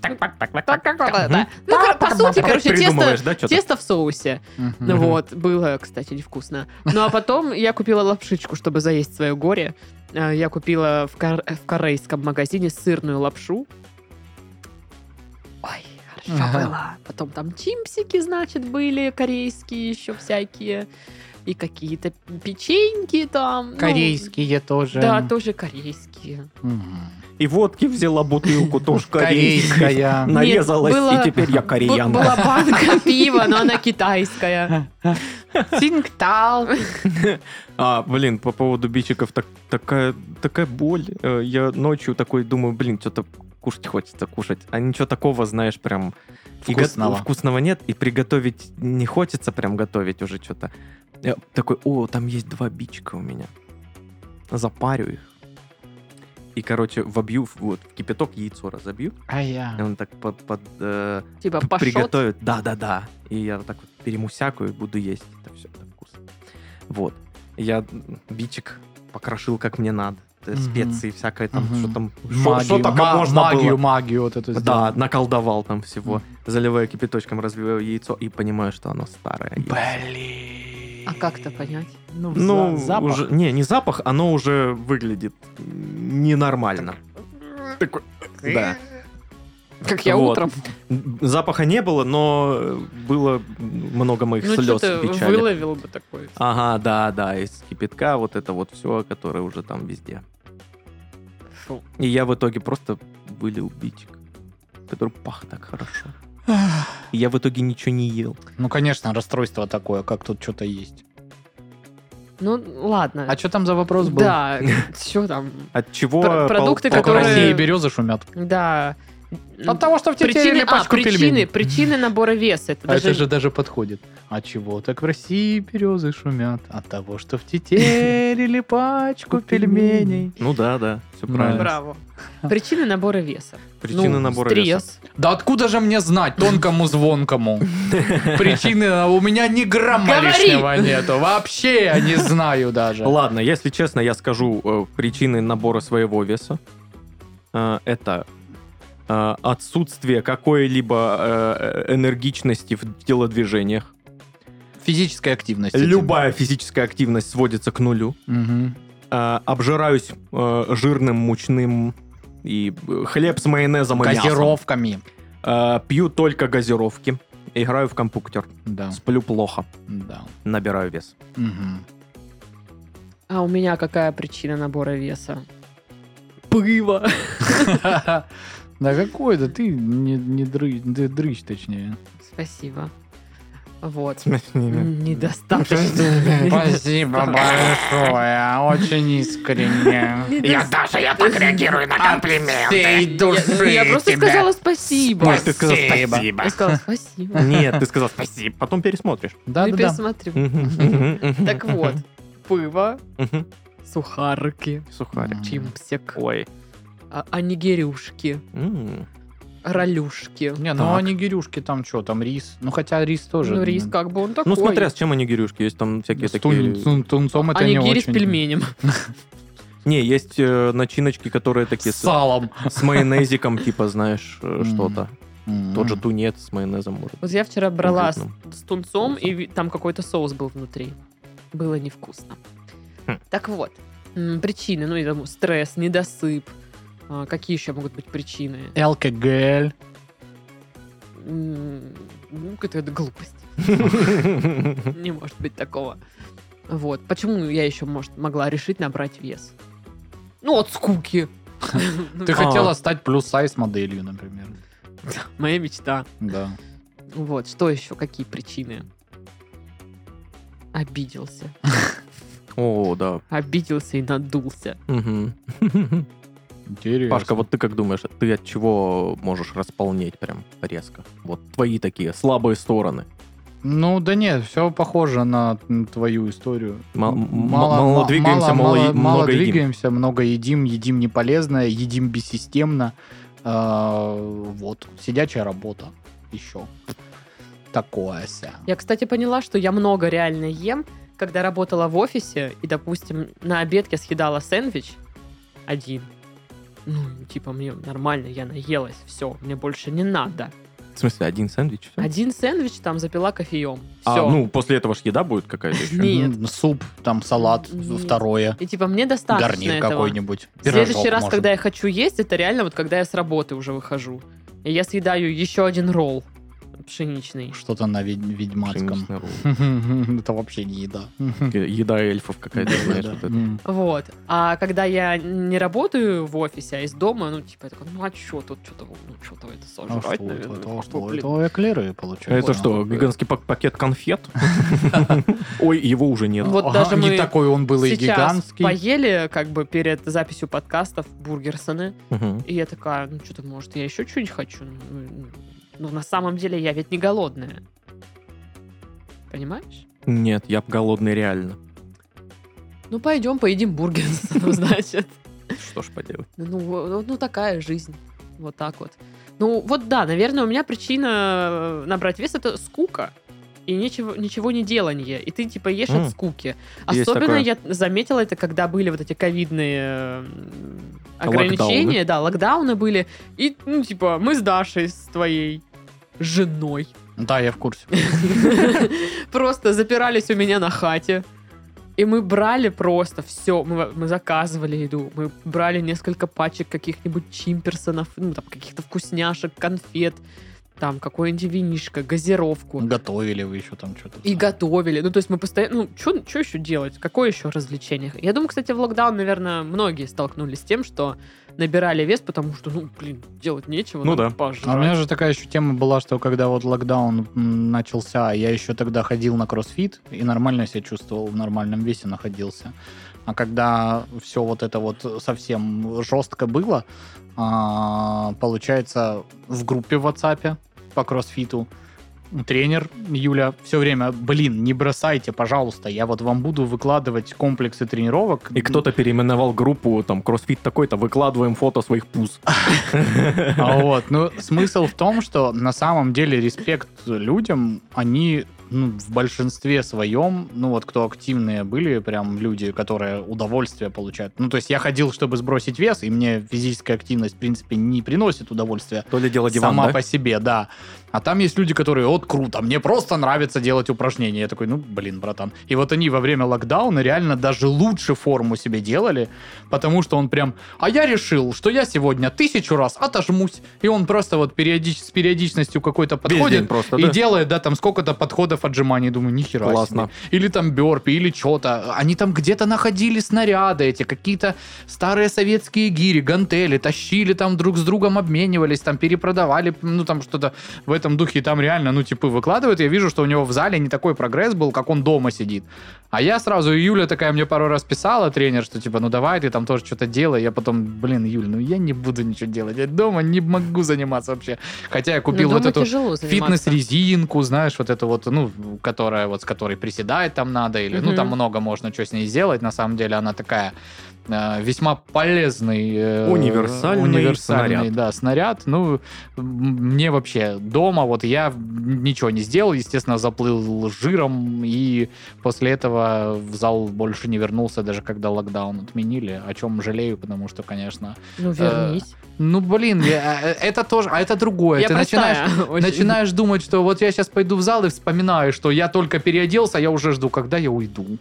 [SPEAKER 1] Так, как вот это. Ну, кор- по сути, короче, тесто,
[SPEAKER 2] Придумываешь, да, что-то?
[SPEAKER 1] тесто в соусе. Ну
[SPEAKER 3] Мгм.
[SPEAKER 1] вот, было, кстати, невкусно. Ну а потом я купила лапшичку, чтобы заесть свое горе. Э, Я купила в, кор- в корейском магазине сырную лапшу. Ой, хорошо
[SPEAKER 3] Ага.
[SPEAKER 1] было. Потом там чимпсики, значит, были корейские еще всякие. И какие-то печеньки там. ну,
[SPEAKER 3] Корейские тоже.
[SPEAKER 1] да, тоже корейские.
[SPEAKER 3] Мгм.
[SPEAKER 2] И водки взяла бутылку, тоже корейской.
[SPEAKER 3] Корейская.
[SPEAKER 2] Нарезалась,
[SPEAKER 1] Нет, было-
[SPEAKER 2] и теперь я
[SPEAKER 1] Бу-
[SPEAKER 2] кореянка.
[SPEAKER 1] Была банка пива, но она китайская. Сингтал.
[SPEAKER 2] А, блин, по поводу бичиков, так, такая, такая боль. Э, Я ночью такой думаю, блин, что-то кушать хочется, кушать. А ничего такого, знаешь, прям... и го-
[SPEAKER 3] Вкусного.
[SPEAKER 2] вкусного нет, и приготовить не хочется прям готовить уже что-то. Я такой, о, там есть два бичика у меня. Запарю их. И, короче, вобью, в- вот, в кипяток яйцо разобью.
[SPEAKER 3] А
[SPEAKER 2] И
[SPEAKER 3] я.
[SPEAKER 2] он так под... под, э,
[SPEAKER 1] Типа пошот.
[SPEAKER 2] приготовят. Да, да, да. И я вот так вот перемусякаю и буду есть. Это все так вкусно. Вот. Я бичик покрошил как мне надо. Э,
[SPEAKER 3] Мгм.
[SPEAKER 2] Специи всякое там,
[SPEAKER 3] Мгм.
[SPEAKER 2] что там, что-
[SPEAKER 3] Магию,
[SPEAKER 2] что только
[SPEAKER 3] ма-
[SPEAKER 2] можно
[SPEAKER 3] магию,
[SPEAKER 2] было.
[SPEAKER 3] магию вот эту
[SPEAKER 2] Да,
[SPEAKER 3] сделал.
[SPEAKER 2] наколдовал там всего. Заливаю кипяточком, разбиваю яйцо и понимаю, что оно старое.
[SPEAKER 3] Блин.
[SPEAKER 1] А как это понять?
[SPEAKER 3] Ну,
[SPEAKER 2] Ну,
[SPEAKER 3] за- запах.
[SPEAKER 2] уже, не, не запах, оно уже выглядит ненормально. Такой, да.
[SPEAKER 1] Как я
[SPEAKER 2] Вот.
[SPEAKER 1] утром.
[SPEAKER 2] Запаха не было, но было много моих
[SPEAKER 1] Ну,
[SPEAKER 2] слез
[SPEAKER 1] что-то
[SPEAKER 2] и печали. А
[SPEAKER 1] выловил бы такой.
[SPEAKER 2] Ага, да, да, из кипятка вот это вот все, которое уже там везде.
[SPEAKER 1] Фу.
[SPEAKER 2] И я в итоге просто вылил бичик, который пах так хорошо. И я в итоге ничего не ел.
[SPEAKER 3] Ну, конечно, расстройство такое, как тут что-то есть.
[SPEAKER 1] Ну, ладно.
[SPEAKER 3] А что там за вопрос был?
[SPEAKER 1] Да, что там?
[SPEAKER 2] От чего
[SPEAKER 1] Пр- продукты,
[SPEAKER 3] Как в
[SPEAKER 1] которые-
[SPEAKER 3] России березы шумят.
[SPEAKER 1] Да.
[SPEAKER 3] От того, что в
[SPEAKER 1] Причины,
[SPEAKER 3] тетере
[SPEAKER 1] а,
[SPEAKER 3] пачку
[SPEAKER 1] причины,
[SPEAKER 3] пельменей.
[SPEAKER 1] причины набора веса. Это
[SPEAKER 3] А это
[SPEAKER 1] даже
[SPEAKER 3] же даже подходит. А чего так в России березы шумят? От того, что втетерили пачку пельменей.
[SPEAKER 2] Ну да, да, все
[SPEAKER 3] Да.
[SPEAKER 2] правильно.
[SPEAKER 1] браво. Причины набора веса.
[SPEAKER 2] Причина
[SPEAKER 1] Ну,
[SPEAKER 2] набора
[SPEAKER 1] стресс.
[SPEAKER 2] веса.
[SPEAKER 3] Да откуда же мне знать, тонкому звонкому? Причины а, у меня ни грамма
[SPEAKER 1] Говори!
[SPEAKER 3] лишнего нету. Вообще я не знаю даже.
[SPEAKER 2] Ладно, если честно, я скажу э, причины набора своего веса. Э, это э, отсутствие какой-либо э, энергичности в телодвижениях.
[SPEAKER 3] Физическая активность. этим.
[SPEAKER 2] Любая физическая активность сводится к нулю.
[SPEAKER 3] Мгм.
[SPEAKER 2] Э, обжираюсь э, жирным, мучным и э, хлеб с майонезом и мясом.
[SPEAKER 3] Газировками.
[SPEAKER 2] Э, пью только газировки. Играю в компьютер.
[SPEAKER 3] Да,
[SPEAKER 2] Сплю плохо.
[SPEAKER 3] да.
[SPEAKER 2] Набираю вес.
[SPEAKER 3] Мгм.
[SPEAKER 1] А у меня какая причина набора веса? Пыво.
[SPEAKER 3] Да какой да ты не, не дры- ты дрыщ, точнее.
[SPEAKER 1] Спасибо. Вот.
[SPEAKER 2] Спасибо.
[SPEAKER 1] М, Недостаточно.
[SPEAKER 3] Спасибо большое, очень искренне.
[SPEAKER 1] Я
[SPEAKER 4] даже я так реагирую на комплименты.
[SPEAKER 1] Я
[SPEAKER 3] Всей
[SPEAKER 1] ну,
[SPEAKER 3] души
[SPEAKER 1] я просто
[SPEAKER 3] тебе.
[SPEAKER 1] сказала спасибо.
[SPEAKER 2] Ой, ты сказал
[SPEAKER 4] спасибо.
[SPEAKER 1] Я сказала спасибо.
[SPEAKER 2] Нет, ты сказал спасибо. Потом пересмотришь.
[SPEAKER 1] Я
[SPEAKER 3] Да, да,
[SPEAKER 1] пересмотрю.
[SPEAKER 2] Мгм, мгм, мгм.
[SPEAKER 1] Так вот. Пыво,
[SPEAKER 2] Мгм.
[SPEAKER 1] сухарки,
[SPEAKER 2] Сухарик.
[SPEAKER 1] чимпсик,
[SPEAKER 2] Ой.
[SPEAKER 1] а- анигерюшки,
[SPEAKER 2] М. Ну,
[SPEAKER 1] ролюшки.
[SPEAKER 3] Не,
[SPEAKER 2] Так.
[SPEAKER 3] ну они гирюшки там что, там рис. Ну хотя рис тоже.
[SPEAKER 1] Ну, рис как бы он такой.
[SPEAKER 2] Ну, смотря с чем они гирюшки. Есть там всякие
[SPEAKER 3] С тун-
[SPEAKER 2] такие...
[SPEAKER 3] тун- тунцом это не
[SPEAKER 1] Анигири с
[SPEAKER 3] очень.
[SPEAKER 1] пельменем.
[SPEAKER 2] Не, есть э, начиночки, которые такие
[SPEAKER 3] С
[SPEAKER 2] с
[SPEAKER 3] салом.
[SPEAKER 2] с майонезиком, типа, знаешь, э,
[SPEAKER 3] Мгм.
[SPEAKER 2] что-то. Тот же
[SPEAKER 3] Мгм.
[SPEAKER 2] тунец с майонезом может.
[SPEAKER 1] Вот я вчера брала с,
[SPEAKER 2] Уютно.
[SPEAKER 1] с тунцом, и ви- там какой-то соус был внутри. Было невкусно.
[SPEAKER 2] Хм.
[SPEAKER 1] Так вот, м, причины, ну, я думаю, стресс, недосып. А, какие еще могут быть причины?
[SPEAKER 3] Алкоголь.
[SPEAKER 1] М, Ну, какая-то глупость. Не может быть такого. Вот. Почему я еще, может, могла решить набрать вес? Ну, от скуки. Ну,
[SPEAKER 3] Ты
[SPEAKER 2] А.
[SPEAKER 3] хотела стать плюс-сайз моделью, например.
[SPEAKER 1] Моя мечта.
[SPEAKER 3] Да.
[SPEAKER 1] Вот, что еще? Какие причины? Обиделся.
[SPEAKER 2] О, да.
[SPEAKER 1] Обиделся и надулся.
[SPEAKER 2] Мгм.
[SPEAKER 3] Интересно.
[SPEAKER 2] Пашка, вот ты как думаешь, ты от чего можешь располнеть прям резко? Вот твои такие слабые стороны.
[SPEAKER 3] Ну да нет, все похоже на м, твою историю.
[SPEAKER 2] Мал- м- мало двигаемся, мало е-
[SPEAKER 3] мало
[SPEAKER 2] много едим.
[SPEAKER 3] двигаемся, много едим, едим неполезное, едим бессистемно. А, вот сидячая работа еще такое ся.
[SPEAKER 1] Я, кстати, поняла, что я много реально ем, когда работала в офисе, и, допустим, на обед я съедала сэндвич один. Ну, типа, мне нормально, я наелась, все, мне больше не надо.
[SPEAKER 2] В смысле, один сэндвич? всё?
[SPEAKER 1] Один сэндвич там запила кофеем.
[SPEAKER 2] А,
[SPEAKER 1] Все.
[SPEAKER 2] ну, после этого ж еда будет какая-то еще.
[SPEAKER 1] Нет.
[SPEAKER 3] М, Суп, там салат,
[SPEAKER 1] Нет.
[SPEAKER 3] второе.
[SPEAKER 1] И типа мне достаточно
[SPEAKER 3] Гарнир
[SPEAKER 1] этого.
[SPEAKER 3] какой-нибудь.
[SPEAKER 1] В следующий раз, когда
[SPEAKER 3] я...
[SPEAKER 1] я хочу есть, это реально вот когда я с работы уже выхожу. И я съедаю еще один ролл пшеничный.
[SPEAKER 3] Что-то на ведь- ведьмацком.
[SPEAKER 2] Пшеничный ролл.
[SPEAKER 3] Это вообще не еда.
[SPEAKER 2] э, Еда эльфов какая-то, знаешь, вот это.
[SPEAKER 3] М.
[SPEAKER 1] Вот. А когда я не работаю в офисе, а из дома, ну, типа, я такой, ну, а чё тут, что-то, ну, что-то это
[SPEAKER 3] А что
[SPEAKER 1] сожрать,
[SPEAKER 3] это?
[SPEAKER 1] наверное.
[SPEAKER 3] А что
[SPEAKER 1] Блин.
[SPEAKER 3] это? Ой, эклеры получается.
[SPEAKER 2] А Это что, гигантский пак- пакет конфет? Ой, его уже нет.
[SPEAKER 1] Вот
[SPEAKER 3] Ага,
[SPEAKER 1] даже
[SPEAKER 3] не
[SPEAKER 1] мы
[SPEAKER 3] такой он был и
[SPEAKER 1] Сейчас
[SPEAKER 3] гигантский.
[SPEAKER 1] поели, как бы, перед записью подкастов бургерсоны,
[SPEAKER 2] Мгм.
[SPEAKER 1] и я такая, ну, что-то, может, я еще что-нибудь хочу? Ну, ну, на самом деле, я ведь не голодная. Понимаешь?
[SPEAKER 2] Нет, я б голодный реально.
[SPEAKER 1] Ну, пойдем поедим бургер, ну, значит.
[SPEAKER 2] Что ж поделать.
[SPEAKER 1] Ну, вот- ну, такая жизнь. Вот так вот. Ну, вот да, наверное, у меня причина э, набрать вес это скука. И ничего, ничего не деланье. И ты типа ешь
[SPEAKER 2] М.
[SPEAKER 1] от скуки.
[SPEAKER 2] Есть
[SPEAKER 1] Особенно
[SPEAKER 2] такое. А
[SPEAKER 1] я заметила это, когда были вот эти ковидные м, ограничения, да, локдауны были. И, ну, типа, мы с Дашей, с твоей женой,
[SPEAKER 3] Ну Да, я в курсе.
[SPEAKER 1] Просто запирались у меня на хате. И мы брали просто все, мы, мы заказывали еду, мы брали несколько пачек каких-нибудь чимперсонов, ну, там, каких-то вкусняшек, конфет, там, какое-нибудь винишко,
[SPEAKER 2] Ну,
[SPEAKER 1] газировку.
[SPEAKER 3] Готовили вы еще там что-то.
[SPEAKER 1] И готовили. Ну, то есть мы постоянно... Ну, что еще делать? Какое еще развлечение? Я думаю, кстати, в локдаун, наверное, многие столкнулись с тем, что набирали вес, потому что, ну, блин, делать нечего.
[SPEAKER 2] Ну
[SPEAKER 1] надо
[SPEAKER 2] да.
[SPEAKER 1] пожрать.
[SPEAKER 3] А у меня же такая еще тема была, что когда вот локдаун м, начался, я еще тогда ходил на кроссфит и нормально себя чувствовал, в нормальном весе находился. А когда все вот это вот совсем жестко было, а, получается, в группе в WhatsApp по кроссфиту тренер Юля все время, блин, не бросайте, пожалуйста, я вот вам буду выкладывать комплексы тренировок.
[SPEAKER 2] И кто-то переименовал группу, там, кроссфит такой-то, выкладываем фото своих пуз.
[SPEAKER 3] А Вот, ну, смысл в том, что на самом деле респект людям, они ну, в большинстве своем, ну вот кто активные были, прям люди, которые удовольствие получают. Ну, то есть я ходил, чтобы сбросить вес, и мне физическая активность, в принципе, не приносит удовольствия.
[SPEAKER 2] То ли дело диван,
[SPEAKER 3] сама
[SPEAKER 2] да?
[SPEAKER 3] по себе, да. А там есть люди, которые, вот круто, мне просто нравится делать упражнения. Я такой, ну, блин, братан. И вот они во время локдауна реально даже лучше форму себе делали, потому что он прям, а я решил, что я сегодня тысячу раз отожмусь, и он просто вот периодич- с периодичностью какой-то
[SPEAKER 2] Весь день
[SPEAKER 3] подходит,
[SPEAKER 2] просто,
[SPEAKER 3] и
[SPEAKER 2] да?
[SPEAKER 3] делает, да, там сколько-то подходов отжиманий, думаю, нихера себе.
[SPEAKER 2] Классно.
[SPEAKER 3] Или там бёрпи, или что-то. Они там где-то находили снаряды эти, какие-то старые советские гири, гантели, тащили там друг с другом, обменивались, там перепродавали, ну там что-то в этом духе. И там реально, ну типы выкладывают. Я вижу, что у него в зале не такой прогресс был, как он дома сидит. А я сразу, и Юля такая мне пару раз писала, тренер, что типа, ну давай, ты там тоже что-то делай. Я потом, блин, Юль, ну я не буду ничего делать. Я дома не могу заниматься вообще. Хотя
[SPEAKER 1] Ну,
[SPEAKER 3] я купил вот эту фитнес-резинку, знаешь, вот эту вот, ну, которая вот с которой приседать там надо, или, ну,
[SPEAKER 1] Мгм.
[SPEAKER 3] там много можно что с ней сделать. На самом деле она такая э, весьма полезный э,
[SPEAKER 2] Универсальный
[SPEAKER 3] универсальный
[SPEAKER 2] снаряд.
[SPEAKER 3] да снаряд ну м, мне вообще дома вот я ничего не сделал естественно заплыл жиром и после этого в зал больше не вернулся даже когда локдаун отменили о чем жалею потому что конечно
[SPEAKER 1] Ну, вернись.
[SPEAKER 3] ну блин я- э, это тоже а это другое
[SPEAKER 1] Я
[SPEAKER 3] ты
[SPEAKER 1] простая.
[SPEAKER 3] начинаешь
[SPEAKER 1] очень.
[SPEAKER 3] Начинаешь думать, что вот я сейчас пойду в зал и вспоминаю, что я только переоделся, я уже жду, когда я уйду.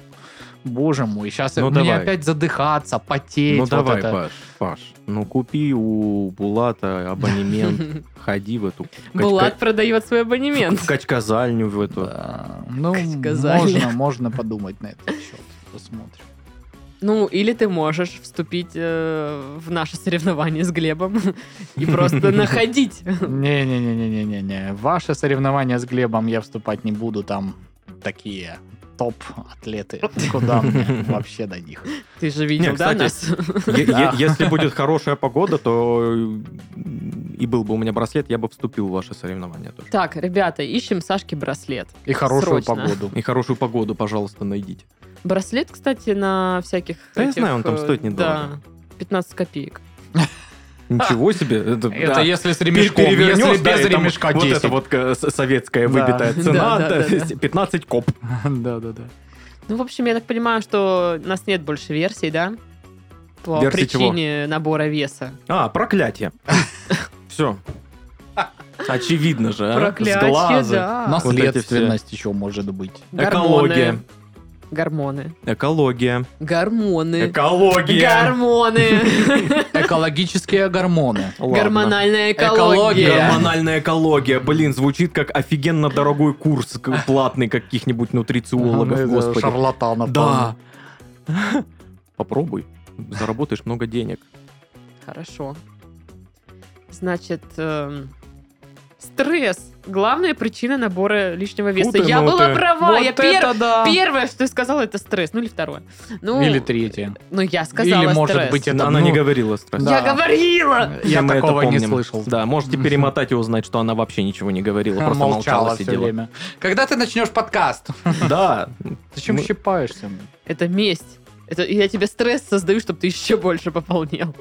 [SPEAKER 3] Боже мой, сейчас
[SPEAKER 2] Ну,
[SPEAKER 3] мне
[SPEAKER 2] давай.
[SPEAKER 3] опять задыхаться, потеть.
[SPEAKER 2] Ну
[SPEAKER 3] вот
[SPEAKER 2] давай,
[SPEAKER 3] это.
[SPEAKER 2] Паш, Паш, ну купи у Булата
[SPEAKER 3] Э,
[SPEAKER 2] абонемент, ходи в эту кач-
[SPEAKER 1] Булат продает свой абонемент.
[SPEAKER 2] в качказальню в эту.
[SPEAKER 3] Да, ну,
[SPEAKER 1] Сказали.
[SPEAKER 3] можно, можно подумать на этот счет. Посмотрим.
[SPEAKER 1] Ну, или ты можешь вступить э, в наше соревнование с Глебом и просто находить.
[SPEAKER 3] Не-не-не-не-не-не. Ваше соревнование с Глебом я вступать не буду, там такие топ-атлеты. Куда мне вообще до них?
[SPEAKER 1] Ты же видел,
[SPEAKER 2] Не,
[SPEAKER 1] да,
[SPEAKER 2] кстати,
[SPEAKER 1] нас?
[SPEAKER 2] Е-
[SPEAKER 3] Да.
[SPEAKER 2] е- Если будет хорошая погода, то э, и был бы у меня браслет, я бы вступил в ваше соревнование тоже.
[SPEAKER 1] Так, ребята, ищем Сашке браслет.
[SPEAKER 3] И хорошую
[SPEAKER 1] Срочно.
[SPEAKER 3] погоду.
[SPEAKER 2] И хорошую погоду, пожалуйста, найдите.
[SPEAKER 1] Браслет, кстати, на всяких...
[SPEAKER 2] Да я
[SPEAKER 1] этих,
[SPEAKER 2] знаю, он там
[SPEAKER 1] э,
[SPEAKER 2] стоит недорого.
[SPEAKER 1] Да, 15 копеек.
[SPEAKER 2] Ничего себе! Это
[SPEAKER 3] Это
[SPEAKER 2] да.
[SPEAKER 3] если с
[SPEAKER 2] Пер-
[SPEAKER 3] ремешком, если
[SPEAKER 2] перевернешь, да,
[SPEAKER 3] без
[SPEAKER 2] и там
[SPEAKER 3] ремешка
[SPEAKER 2] Вот
[SPEAKER 3] 10.
[SPEAKER 2] это вот э, с- советская
[SPEAKER 3] Да.
[SPEAKER 2] выбитая
[SPEAKER 1] Да,
[SPEAKER 2] цена,
[SPEAKER 1] да,
[SPEAKER 2] да,
[SPEAKER 1] да, да.
[SPEAKER 2] 15 коп.
[SPEAKER 3] Да-да-да.
[SPEAKER 1] Ну, в общем, я так понимаю, что у нас нет больше версий, да? По
[SPEAKER 2] Версий
[SPEAKER 1] причине набора веса.
[SPEAKER 2] А, проклятие. Все. Очевидно же, а?
[SPEAKER 1] Проклятие,
[SPEAKER 2] Сглазы.
[SPEAKER 3] А.
[SPEAKER 1] да.
[SPEAKER 2] Вот эти все.
[SPEAKER 3] Наследственность еще может быть.
[SPEAKER 1] Гормоны.
[SPEAKER 2] Экология.
[SPEAKER 1] Гормоны.
[SPEAKER 2] Экология.
[SPEAKER 1] Гормоны.
[SPEAKER 2] Экология.
[SPEAKER 1] Гормоны.
[SPEAKER 3] Экологические гормоны.
[SPEAKER 2] Ладно.
[SPEAKER 1] Гормональная
[SPEAKER 3] Экология.
[SPEAKER 1] экология.
[SPEAKER 2] Гормональная экология, блин, звучит как офигенно дорогой курс к- платный каких-нибудь нутрициологов,
[SPEAKER 3] Это
[SPEAKER 2] господи.
[SPEAKER 3] Шарлатанов.
[SPEAKER 2] Да. Попробуй, заработаешь много денег.
[SPEAKER 1] Хорошо. Значит, эм, стресс. Главная причина набора лишнего веса.
[SPEAKER 2] ты,
[SPEAKER 1] я
[SPEAKER 2] ну
[SPEAKER 1] была
[SPEAKER 2] ты.
[SPEAKER 1] права.
[SPEAKER 3] Вот
[SPEAKER 1] я
[SPEAKER 3] это
[SPEAKER 1] пер-
[SPEAKER 3] да.
[SPEAKER 1] Первое, что я сказала, это стресс. Ну или второе. Ну,
[SPEAKER 3] Или третье.
[SPEAKER 1] ну я сказала
[SPEAKER 3] или, может
[SPEAKER 1] стресс.
[SPEAKER 3] быть, Это,
[SPEAKER 2] Она
[SPEAKER 3] ну,
[SPEAKER 2] не говорила стресс.
[SPEAKER 3] да.
[SPEAKER 1] Я говорила!
[SPEAKER 2] Все
[SPEAKER 3] Я
[SPEAKER 2] мы это
[SPEAKER 3] такого не
[SPEAKER 2] помним.
[SPEAKER 3] слышал.
[SPEAKER 2] Да, можете перемотать и узнать, что она вообще ничего не говорила, просто молчала,
[SPEAKER 3] все
[SPEAKER 2] сидела.
[SPEAKER 3] время. Когда ты начнешь подкаст?
[SPEAKER 2] Да,
[SPEAKER 3] Зачем
[SPEAKER 2] Мы-
[SPEAKER 3] щипаешься?
[SPEAKER 1] Это месть. Это я тебе стресс создаю, чтобы ты еще больше пополнел.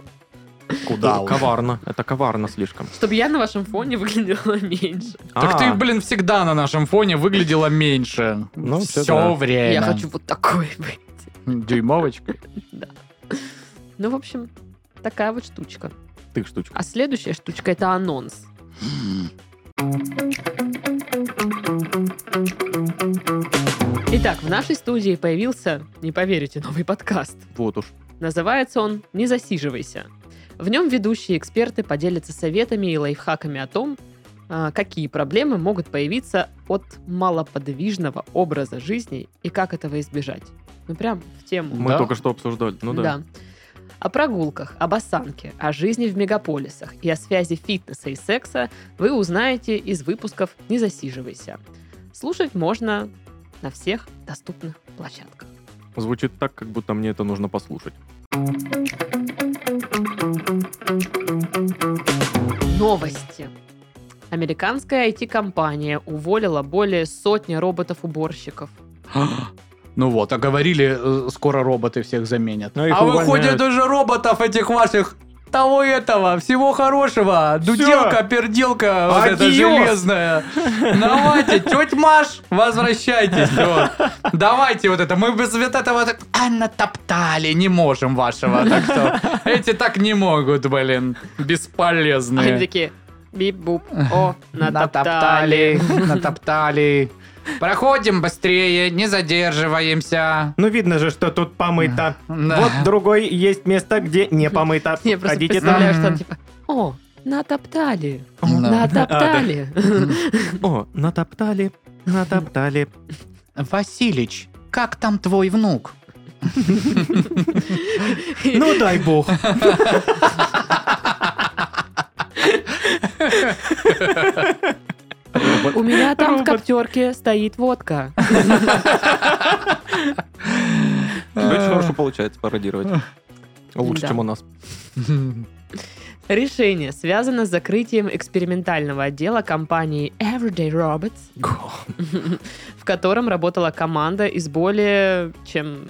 [SPEAKER 3] Куда
[SPEAKER 2] это
[SPEAKER 3] уж.
[SPEAKER 2] коварно, это коварно слишком.
[SPEAKER 1] Чтобы я на вашем фоне выглядела меньше.
[SPEAKER 2] А,
[SPEAKER 3] Так ты, блин, всегда на нашем фоне выглядела меньше.
[SPEAKER 2] Ну,
[SPEAKER 3] все
[SPEAKER 2] всё да.
[SPEAKER 3] время.
[SPEAKER 1] Я хочу вот такой быть.
[SPEAKER 3] Дюймовочка.
[SPEAKER 1] Ну, в общем, такая вот штучка.
[SPEAKER 2] ты штучка.
[SPEAKER 1] А следующая штучка это анонс. Итак, в нашей студии появился, не поверите, новый подкаст.
[SPEAKER 2] Вот уж.
[SPEAKER 1] Называется он «Не засиживайся». В нем ведущие эксперты поделятся советами и лайфхаками о том, а, какие проблемы могут появиться от малоподвижного образа жизни и как этого избежать. Ну, прям в тему.
[SPEAKER 2] Мы
[SPEAKER 3] Да?
[SPEAKER 2] только что обсуждали. Ну да.
[SPEAKER 1] О прогулках, об осанке, о жизни в мегаполисах и о связи фитнеса и секса вы узнаете из выпусков «Не засиживайся». Слушать можно на всех доступных площадках.
[SPEAKER 2] Звучит так, как будто мне это нужно послушать.
[SPEAKER 1] Новости. Американская IT-компания уволила более сотни роботов-уборщиков.
[SPEAKER 3] Ну вот, а говорили, э, скоро роботы всех заменят.
[SPEAKER 2] Ну, их
[SPEAKER 3] а
[SPEAKER 2] увольняют.
[SPEAKER 3] выходит уже роботов этих ваших того этого, всего хорошего, дуделка, перделка, вот эта
[SPEAKER 2] Адьос.
[SPEAKER 3] железная. Давайте, теть Маш, возвращайтесь. вот. Давайте вот это, мы без вот этого так, а, натоптали, не можем вашего. Так что эти так не могут, блин,
[SPEAKER 1] Они
[SPEAKER 3] бесполезные.
[SPEAKER 1] такие, бип-буп, о, натоптали.
[SPEAKER 3] натоптали. Проходим быстрее, не задерживаемся.
[SPEAKER 5] Ну, видно же, что тут помыто.
[SPEAKER 3] Да.
[SPEAKER 5] Вот другой есть место, где не помыто.
[SPEAKER 1] Я просто
[SPEAKER 5] Ходите там.
[SPEAKER 1] представляю,
[SPEAKER 3] там.
[SPEAKER 1] что там типа, о, натоптали,
[SPEAKER 3] Да.
[SPEAKER 1] натоптали.
[SPEAKER 2] О, натоптали, натоптали.
[SPEAKER 3] Василич, как там твой внук?
[SPEAKER 5] Ну, дай бог.
[SPEAKER 1] У меня там в коптерке стоит водка.
[SPEAKER 2] Очень хорошо получается пародировать. Лучше,
[SPEAKER 1] Да.
[SPEAKER 2] чем у нас.
[SPEAKER 1] Решение связано с закрытием экспериментального отдела компании Everyday Robots, в котором работала команда из более чем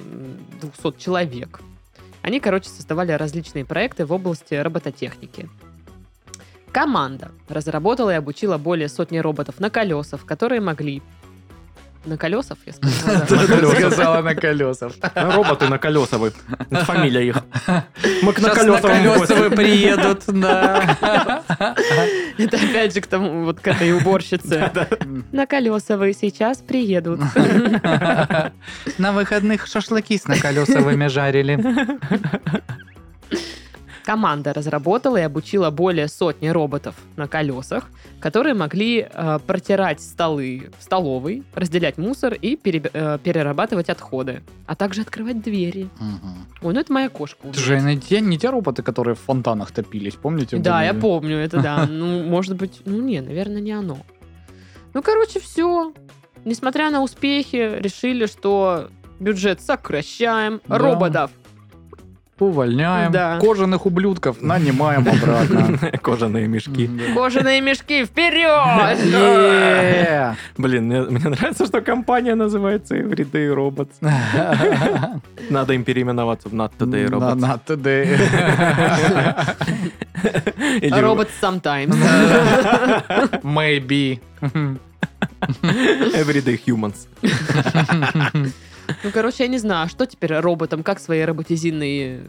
[SPEAKER 1] 200 человек. Они, короче, создавали различные проекты в области робототехники. Команда разработала и обучила более сотни роботов на колесах, которые могли... На колесах, я сказала? да.
[SPEAKER 3] Сказала на колесах.
[SPEAKER 2] Роботы на колесовы. Это Фамилия их. Мы к на
[SPEAKER 3] Сейчас
[SPEAKER 2] колесовым
[SPEAKER 3] на
[SPEAKER 2] в
[SPEAKER 3] колесовы
[SPEAKER 2] гости.
[SPEAKER 3] приедут, да.
[SPEAKER 1] Это опять же к тому, вот к этой уборщице. На колеса вы сейчас приедут.
[SPEAKER 3] На выходных шашлыки с наколесовыми жарили.
[SPEAKER 1] Команда разработала и обучила более сотни роботов на колесах, которые могли э, протирать столы в столовой, разделять мусор и переб- э, перерабатывать отходы, а также открывать двери. Ой, ну это моя кошка. умеет.
[SPEAKER 3] Это же не те, не те роботы, которые в фонтанах топились, помните?
[SPEAKER 1] Да, я
[SPEAKER 3] были?
[SPEAKER 1] помню это, да. Ну, может быть, ну не, наверное, не оно. Ну, короче, все. Несмотря на успехи, решили, что бюджет сокращаем,
[SPEAKER 3] Да.
[SPEAKER 1] роботов.
[SPEAKER 3] Увольняем.
[SPEAKER 1] Да.
[SPEAKER 3] Кожаных ублюдков нанимаем обратно.
[SPEAKER 2] Кожаные мешки.
[SPEAKER 1] Кожаные мешки вперед!
[SPEAKER 3] Е.
[SPEAKER 2] Блин, мне, мне нравится, что компания называется Everyday Robots. Надо им переименоваться в Not Today
[SPEAKER 3] На-
[SPEAKER 2] Robots.
[SPEAKER 3] на today.
[SPEAKER 2] Или
[SPEAKER 1] Робот sometimes.
[SPEAKER 3] Maybe.
[SPEAKER 2] Everyday Humans.
[SPEAKER 1] Ну, короче, я не знаю, что теперь роботам, как свои роботизинные...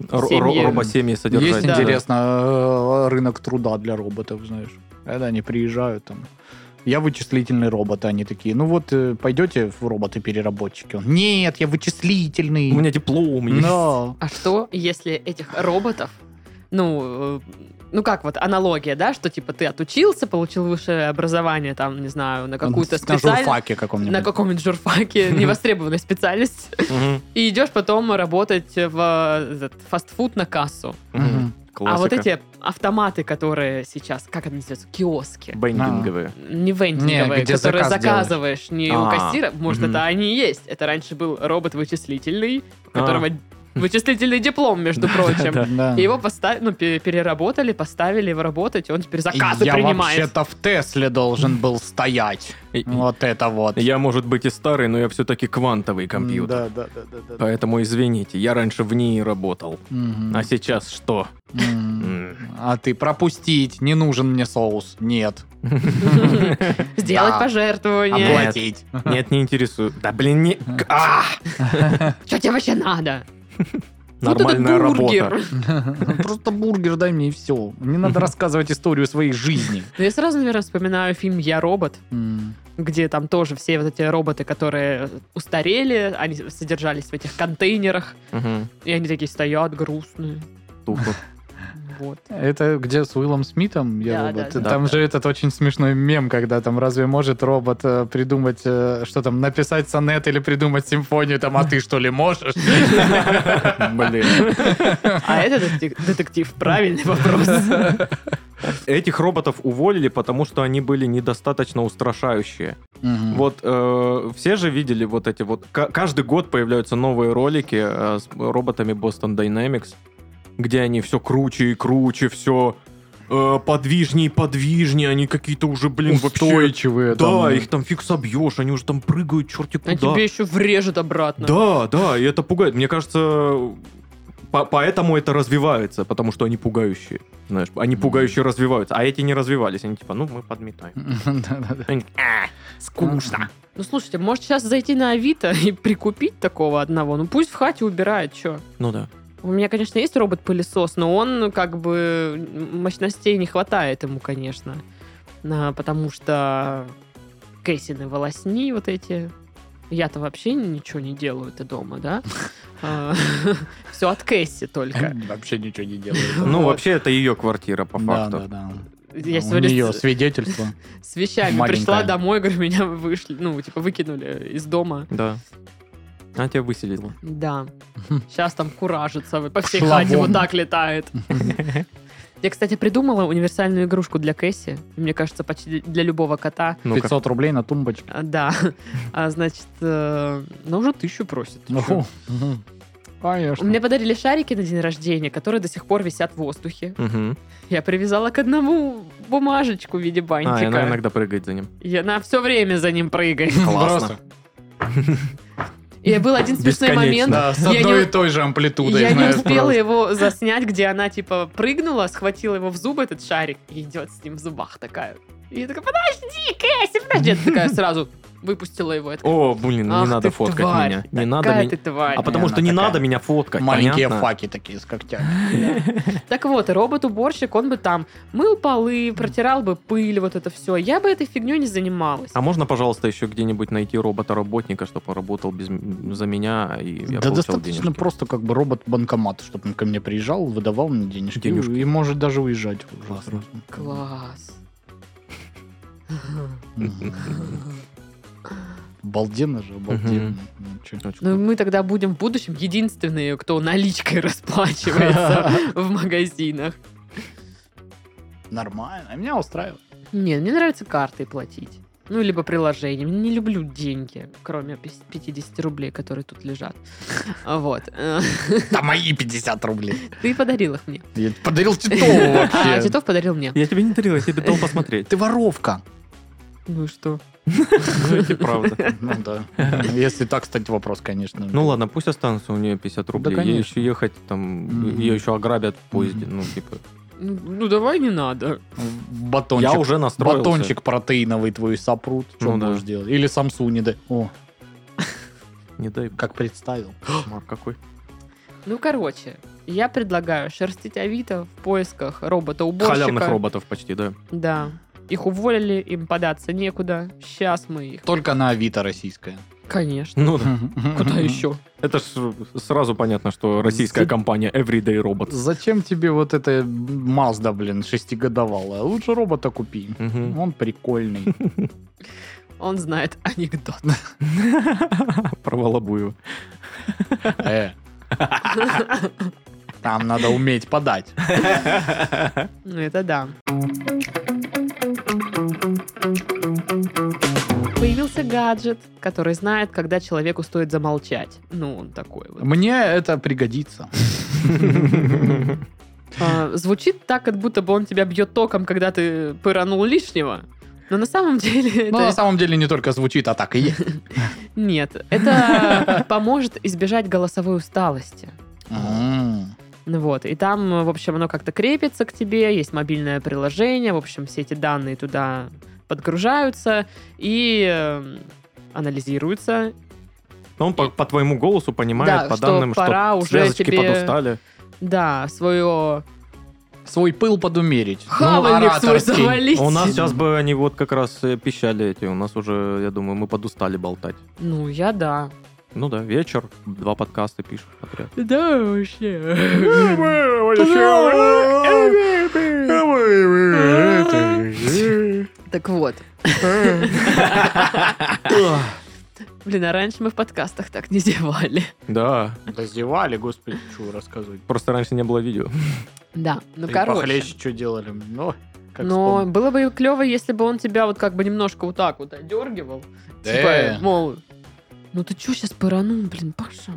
[SPEAKER 2] Ро-
[SPEAKER 1] Семьи.
[SPEAKER 2] ро- Робосемьи содержать.
[SPEAKER 3] Есть
[SPEAKER 1] Да.
[SPEAKER 3] интересно э, рынок труда для роботов, знаешь. Когда они приезжают там. Я вычислительный робот, они такие. Ну вот э, пойдете в роботы-переработчики. Он, Нет, я вычислительный.
[SPEAKER 2] У меня диплом есть.
[SPEAKER 3] Но.
[SPEAKER 1] А что, если этих роботов, ну, э, ну как вот аналогия, да, что типа ты отучился, получил высшее образование, там, не знаю, на какую-то
[SPEAKER 3] на
[SPEAKER 1] специальность,
[SPEAKER 3] журфаке
[SPEAKER 1] на
[SPEAKER 3] каком-нибудь.
[SPEAKER 1] каком-нибудь журфаке, невостребованная специальность,
[SPEAKER 2] Мгм.
[SPEAKER 1] и идешь потом работать в э, этот фастфуд на кассу.
[SPEAKER 2] Мгм.
[SPEAKER 1] А вот
[SPEAKER 2] Классика.
[SPEAKER 1] эти автоматы, которые сейчас, как они называются, киоски,
[SPEAKER 2] Бендинговые.
[SPEAKER 1] не вендинговые,
[SPEAKER 3] Не, где
[SPEAKER 1] которые
[SPEAKER 3] заказ
[SPEAKER 1] заказываешь не у
[SPEAKER 2] А,
[SPEAKER 1] кассира, может,
[SPEAKER 2] мгм.
[SPEAKER 1] это они и есть. Это раньше был робот-вычислительный, у
[SPEAKER 2] А.
[SPEAKER 1] которого вычислительный диплом, между прочим.
[SPEAKER 3] Да.
[SPEAKER 1] И его поставили, ну, пе- переработали, поставили его работать, и он теперь заказы
[SPEAKER 3] я
[SPEAKER 1] принимает.
[SPEAKER 3] вообще-то в Тесле должен был стоять.
[SPEAKER 2] И- и-
[SPEAKER 3] Вот это вот.
[SPEAKER 2] Я, может быть, и старый, но я все-таки квантовый компьютер.
[SPEAKER 3] Да, да, да, да, да.
[SPEAKER 2] Поэтому извините, я раньше в ней работал.
[SPEAKER 3] Мгм.
[SPEAKER 2] А сейчас что?
[SPEAKER 3] М.
[SPEAKER 2] М.
[SPEAKER 3] А ты пропустить, не нужен мне соус. Нет.
[SPEAKER 1] Сделать
[SPEAKER 3] Да.
[SPEAKER 1] пожертвование.
[SPEAKER 3] Оплатить.
[SPEAKER 2] Нет, не интересую. Да блин, не... А!
[SPEAKER 1] Что тебе вообще надо? Вот это
[SPEAKER 2] Нормальная
[SPEAKER 1] бургер.
[SPEAKER 2] работа.
[SPEAKER 3] Просто бургер дай мне и все. Не надо рассказывать историю своей жизни.
[SPEAKER 1] Ну, Я сразу, наверное, вспоминаю фильм «Я робот», где там тоже все вот эти роботы, которые устарели, они содержались в этих контейнерах,
[SPEAKER 2] Мгм.
[SPEAKER 1] и они такие стоят грустные.
[SPEAKER 2] Тупо.
[SPEAKER 1] Вот.
[SPEAKER 3] Это где с Уиллом Смитом? Я
[SPEAKER 1] Да,
[SPEAKER 3] робот?
[SPEAKER 1] да,
[SPEAKER 2] да.
[SPEAKER 3] там же этот очень смешной мем, когда там разве может робот э, придумать, э, что там, написать сонет или придумать симфонию, там, а ты что ли можешь?
[SPEAKER 2] Блин.
[SPEAKER 1] А это детек- детектив, правильный вопрос.
[SPEAKER 2] Этих роботов уволили, потому что они были недостаточно устрашающие. Вот э, все же видели вот эти вот... Ка- каждый год появляются новые ролики э, с роботами Boston Dynamics, где они все круче и круче, все э, подвижнее, и подвижнее, они какие-то уже, блин, вообще...
[SPEAKER 3] Устойчивые.
[SPEAKER 2] Да,
[SPEAKER 3] там.
[SPEAKER 2] их там фиг собьешь, они уже там прыгают, черти
[SPEAKER 1] А
[SPEAKER 2] куда.
[SPEAKER 1] тебе еще врежет обратно.
[SPEAKER 2] Да, да, и это пугает. Мне кажется, по- поэтому это развивается, потому что они пугающие. Знаешь, они пугающие развиваются, а эти не развивались. Они типа, ну, мы подметаем.
[SPEAKER 3] Да-да-да.
[SPEAKER 4] А, скучно.
[SPEAKER 1] Ну слушайте, может сейчас зайти на Авито и прикупить такого одного? Ну пусть в хате убирает, что?
[SPEAKER 2] Ну да.
[SPEAKER 1] У меня, конечно, есть робот-пылесос, но он ну, как бы мощностей не хватает ему, конечно. На- потому что Кэссины волосни вот эти. Я-то вообще ничего не делаю это дома, да? Все от Кэсси только.
[SPEAKER 3] Вообще ничего не делает.
[SPEAKER 2] Ну,
[SPEAKER 1] Вот.
[SPEAKER 2] вообще, это ее квартира, по факту.
[SPEAKER 3] Да-да-да.
[SPEAKER 1] Я
[SPEAKER 3] У нее
[SPEAKER 1] сегодня с-
[SPEAKER 3] свидетельство.
[SPEAKER 1] с вещами
[SPEAKER 3] маленькая.
[SPEAKER 1] пришла домой, говорю, меня вышли, ну, типа, выкинули из дома.
[SPEAKER 2] Да. Она тебя выселила.
[SPEAKER 1] Да. Сейчас там куражится, по всей
[SPEAKER 3] Шла
[SPEAKER 1] хате вот
[SPEAKER 3] вон.
[SPEAKER 1] так летает. Я, кстати, придумала универсальную игрушку для Кэсси. Мне кажется, почти для любого кота.
[SPEAKER 2] Ну-ка.
[SPEAKER 3] 500 рублей на тумбочке.
[SPEAKER 1] А, Да. А, значит, э, ну уже тысячу просит. Ты чё?
[SPEAKER 3] Ну, мгм. Конечно.
[SPEAKER 1] Мне подарили шарики на день рождения, которые до сих пор висят в воздухе.
[SPEAKER 2] Мгм.
[SPEAKER 1] Я привязала к одному бумажечку в виде
[SPEAKER 2] А, и
[SPEAKER 1] бантика.
[SPEAKER 2] она иногда прыгает за ним.
[SPEAKER 1] И она все время за ним прыгает.
[SPEAKER 2] Классно.
[SPEAKER 1] И был один смешной
[SPEAKER 2] Бесконечно.
[SPEAKER 1] момент.
[SPEAKER 3] Да, с
[SPEAKER 1] Я
[SPEAKER 3] одной
[SPEAKER 1] не-
[SPEAKER 3] и той же амплитудой.
[SPEAKER 1] я не
[SPEAKER 3] знаешь,
[SPEAKER 1] успела
[SPEAKER 3] просто.
[SPEAKER 1] его заснять, где она, типа, прыгнула, схватила его в зубы, этот шарик, и идет с ним в зубах такая. И я такая, подожди, Кэсси, подожди. Я такая сразу выпустила его. Я такая,
[SPEAKER 2] О, блин, ну не
[SPEAKER 1] «Ах
[SPEAKER 2] надо
[SPEAKER 1] ты
[SPEAKER 2] фоткать
[SPEAKER 1] тварь,
[SPEAKER 2] меня. Не надо
[SPEAKER 1] такая
[SPEAKER 2] меня.
[SPEAKER 1] ты тварь.
[SPEAKER 2] А потому
[SPEAKER 3] Не,
[SPEAKER 2] что
[SPEAKER 3] она
[SPEAKER 2] не
[SPEAKER 3] такая.
[SPEAKER 2] надо меня фоткать.
[SPEAKER 3] Маленькие
[SPEAKER 2] понятно?
[SPEAKER 3] факи такие с когтями.
[SPEAKER 1] Так вот, робот-уборщик, он бы там мыл полы, протирал бы пыль, вот это все. Я бы этой фигней не занималась.
[SPEAKER 2] А можно, пожалуйста, еще где-нибудь найти робота-работника, чтобы он работал без, м- за меня, и я
[SPEAKER 3] да
[SPEAKER 2] получал
[SPEAKER 3] достаточно
[SPEAKER 2] денежки?
[SPEAKER 3] просто как бы робот-банкомат, чтобы он ко мне приезжал, выдавал мне денежки,
[SPEAKER 2] Денежки.
[SPEAKER 3] и может даже уезжать. уже
[SPEAKER 2] Классно.
[SPEAKER 3] сразу.
[SPEAKER 1] Класс.
[SPEAKER 3] Мгм. Обалденно же, обалденно. Ну, чё.
[SPEAKER 2] Очень
[SPEAKER 1] Ну,
[SPEAKER 2] круто.
[SPEAKER 1] мы тогда будем в будущем единственные, кто наличкой расплачивается в магазинах.
[SPEAKER 3] Нормально, меня устраивает.
[SPEAKER 1] Не, ну, мне нравится картой платить. Ну, либо приложением. Не люблю деньги, кроме пи- 50 рублей, которые тут лежат. А Вот. Э,
[SPEAKER 3] Да мои 50 рублей.
[SPEAKER 1] Ты подарил их мне.
[SPEAKER 3] Я подарил Титову
[SPEAKER 1] А,
[SPEAKER 3] вообще.
[SPEAKER 1] Титов подарил мне.
[SPEAKER 2] Я тебе не дарил, я тебе дал посмотреть.
[SPEAKER 3] Ты воровка.
[SPEAKER 1] Ну и что?
[SPEAKER 2] Ну, это правда.
[SPEAKER 3] Ну да. Если так, кстати, вопрос, конечно.
[SPEAKER 2] Ну ладно, пусть останутся у нее 50 рублей. Ей
[SPEAKER 3] конечно.
[SPEAKER 2] еще ехать, там,
[SPEAKER 3] Мгм.
[SPEAKER 2] ее еще ограбят в поезде.
[SPEAKER 3] Мгм.
[SPEAKER 2] Ну, типа.
[SPEAKER 1] Ну, Ну, давай не надо.
[SPEAKER 3] Батончик.
[SPEAKER 2] Я уже настроился.
[SPEAKER 3] Батончик протеиновый твой сопрут. Что
[SPEAKER 2] Ну да.
[SPEAKER 3] будешь делать? Или самсу не дай. О,
[SPEAKER 2] Не дай бог,
[SPEAKER 3] как представил.
[SPEAKER 2] Марк какой.
[SPEAKER 1] Ну, короче, я предлагаю шерстить Авито в поисках робота-уборщика.
[SPEAKER 2] Халявных роботов почти, да.
[SPEAKER 1] Да. Их уволили, им податься некуда. Сейчас мы их...
[SPEAKER 3] Только на Авито российская.
[SPEAKER 1] Конечно.
[SPEAKER 2] Ну, да.
[SPEAKER 1] Куда
[SPEAKER 3] Куда
[SPEAKER 1] еще?
[SPEAKER 2] это ж сразу понятно, что российская
[SPEAKER 3] Зы-
[SPEAKER 2] компания Everyday Robots.
[SPEAKER 3] Зачем тебе вот эта Мазда, блин, шестигодовалая? Лучше робота купи.
[SPEAKER 2] Мгм.
[SPEAKER 3] Он прикольный.
[SPEAKER 1] Он знает анекдот.
[SPEAKER 2] Про Волобуева.
[SPEAKER 3] Э. Там надо уметь подать.
[SPEAKER 1] Ну, это да. Появился гаджет, который знает, когда человеку стоит замолчать. Ну, он такой вот.
[SPEAKER 3] Мне это пригодится.
[SPEAKER 1] А, звучит так, как будто бы он тебя бьет током, когда ты пыранул лишнего. Но на самом деле
[SPEAKER 3] Но Ну, на
[SPEAKER 1] это...
[SPEAKER 3] самом деле не только звучит, а так и есть.
[SPEAKER 1] Нет, это поможет избежать голосовой усталости.
[SPEAKER 3] М.
[SPEAKER 1] Ну Вот, и там, в общем, оно как-то крепится к тебе, есть мобильное приложение, в общем, все эти данные туда подгружаются и эм, анализируются.
[SPEAKER 2] Но он по, по твоему голосу понимает,
[SPEAKER 1] Да,
[SPEAKER 2] по
[SPEAKER 1] что
[SPEAKER 2] данным,
[SPEAKER 1] пора
[SPEAKER 2] что
[SPEAKER 1] уже
[SPEAKER 2] связочки
[SPEAKER 1] тебе-
[SPEAKER 2] подустали.
[SPEAKER 1] Да, свое
[SPEAKER 3] Свой пыл подумерить. Ну,
[SPEAKER 1] хавальник свой
[SPEAKER 3] ораторский.
[SPEAKER 1] завалить.
[SPEAKER 2] А У нас сейчас бы они вот как раз э, пищали эти. У нас уже, я думаю, мы подустали болтать.
[SPEAKER 1] Ну, я да.
[SPEAKER 2] Ну да, вечер, два подкаста пишешь подряд.
[SPEAKER 1] Да, вообще. Так вот. Блин, а раньше мы в подкастах так не зевали.
[SPEAKER 2] Да,
[SPEAKER 3] Да зевали, господи, что рассказывать.
[SPEAKER 2] просто раньше не было видео.
[SPEAKER 1] Да, ну
[SPEAKER 3] И
[SPEAKER 1] короче.
[SPEAKER 3] похлеще что делали. Ну, как
[SPEAKER 1] Но
[SPEAKER 3] вспомню.
[SPEAKER 1] было бы клево, если бы он тебя вот как бы немножко вот так вот одергивал.
[SPEAKER 3] Э.
[SPEAKER 1] Типа, мол, ну ты чё сейчас пыранул, блин, Паша?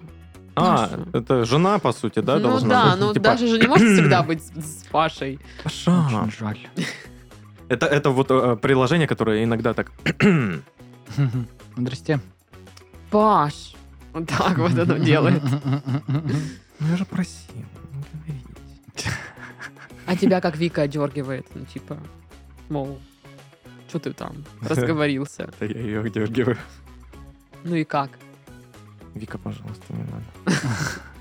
[SPEAKER 2] А,
[SPEAKER 1] Конечно.
[SPEAKER 2] это жена, по сути, да,
[SPEAKER 1] ну
[SPEAKER 2] должна
[SPEAKER 1] да,
[SPEAKER 2] быть?
[SPEAKER 1] ну
[SPEAKER 2] Типа,
[SPEAKER 1] даже же не может всегда быть с с Пашей.
[SPEAKER 2] Паша.
[SPEAKER 3] Очень жаль.
[SPEAKER 2] Это, это вот э, приложение, которое иногда так...
[SPEAKER 3] Здрасте.
[SPEAKER 1] Паш. Вот так вот оно делает.
[SPEAKER 2] «Ну, Я же просил. ну,
[SPEAKER 1] А тебя как Вика одергивает, ну типа, мол, что ты там, разговорился.
[SPEAKER 2] Да я ее одергиваю.
[SPEAKER 1] Ну и как?
[SPEAKER 2] Вика, пожалуйста, не надо.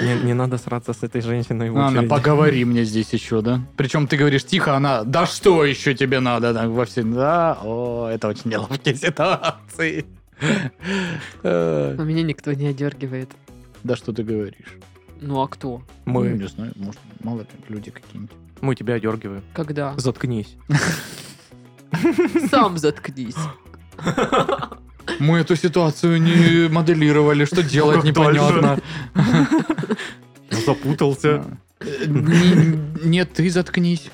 [SPEAKER 2] Не, не надо сраться с этой женщиной в
[SPEAKER 3] Анна,
[SPEAKER 2] очереди.
[SPEAKER 3] поговори мне здесь еще, да? Причем ты говоришь тихо, она, да что еще тебе надо? Так, во все, да, о, это очень неловкие ситуации. Э,
[SPEAKER 1] Но А меня никто не одергивает.
[SPEAKER 3] Да что ты говоришь?
[SPEAKER 1] Ну а кто?
[SPEAKER 3] Ну,
[SPEAKER 2] Мы,
[SPEAKER 3] Не знаю, может, мало ли, люди какие-нибудь.
[SPEAKER 2] мы тебя одергиваем.
[SPEAKER 1] Когда?
[SPEAKER 2] Заткнись.
[SPEAKER 1] Сам заткнись.
[SPEAKER 3] Мы эту ситуацию не моделировали, что
[SPEAKER 2] Ну,
[SPEAKER 3] делать
[SPEAKER 5] Как дальше?
[SPEAKER 3] непонятно.
[SPEAKER 2] Запутался.
[SPEAKER 3] Э, не- Нет, ты заткнись.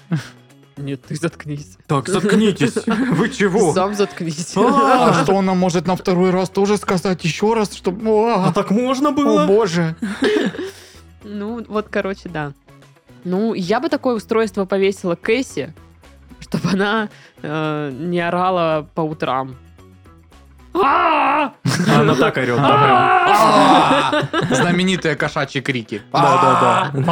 [SPEAKER 1] Нет, ты заткнись.
[SPEAKER 2] Так, заткнитесь. Вы чего?
[SPEAKER 1] Сам заткнись.
[SPEAKER 3] А что она может на второй раз тоже сказать еще раз, чтобы...
[SPEAKER 2] А
[SPEAKER 3] О,
[SPEAKER 2] так можно
[SPEAKER 3] о,
[SPEAKER 2] было?
[SPEAKER 3] боже.
[SPEAKER 1] Ну, вот, короче, да. Ну, я бы такое устройство повесила Кэсси, чтобы она э, не орала по утрам. А!
[SPEAKER 2] Она так орет,
[SPEAKER 3] А!
[SPEAKER 2] да,
[SPEAKER 3] Знаменитые кошачьи крики.
[SPEAKER 2] А! Да, да,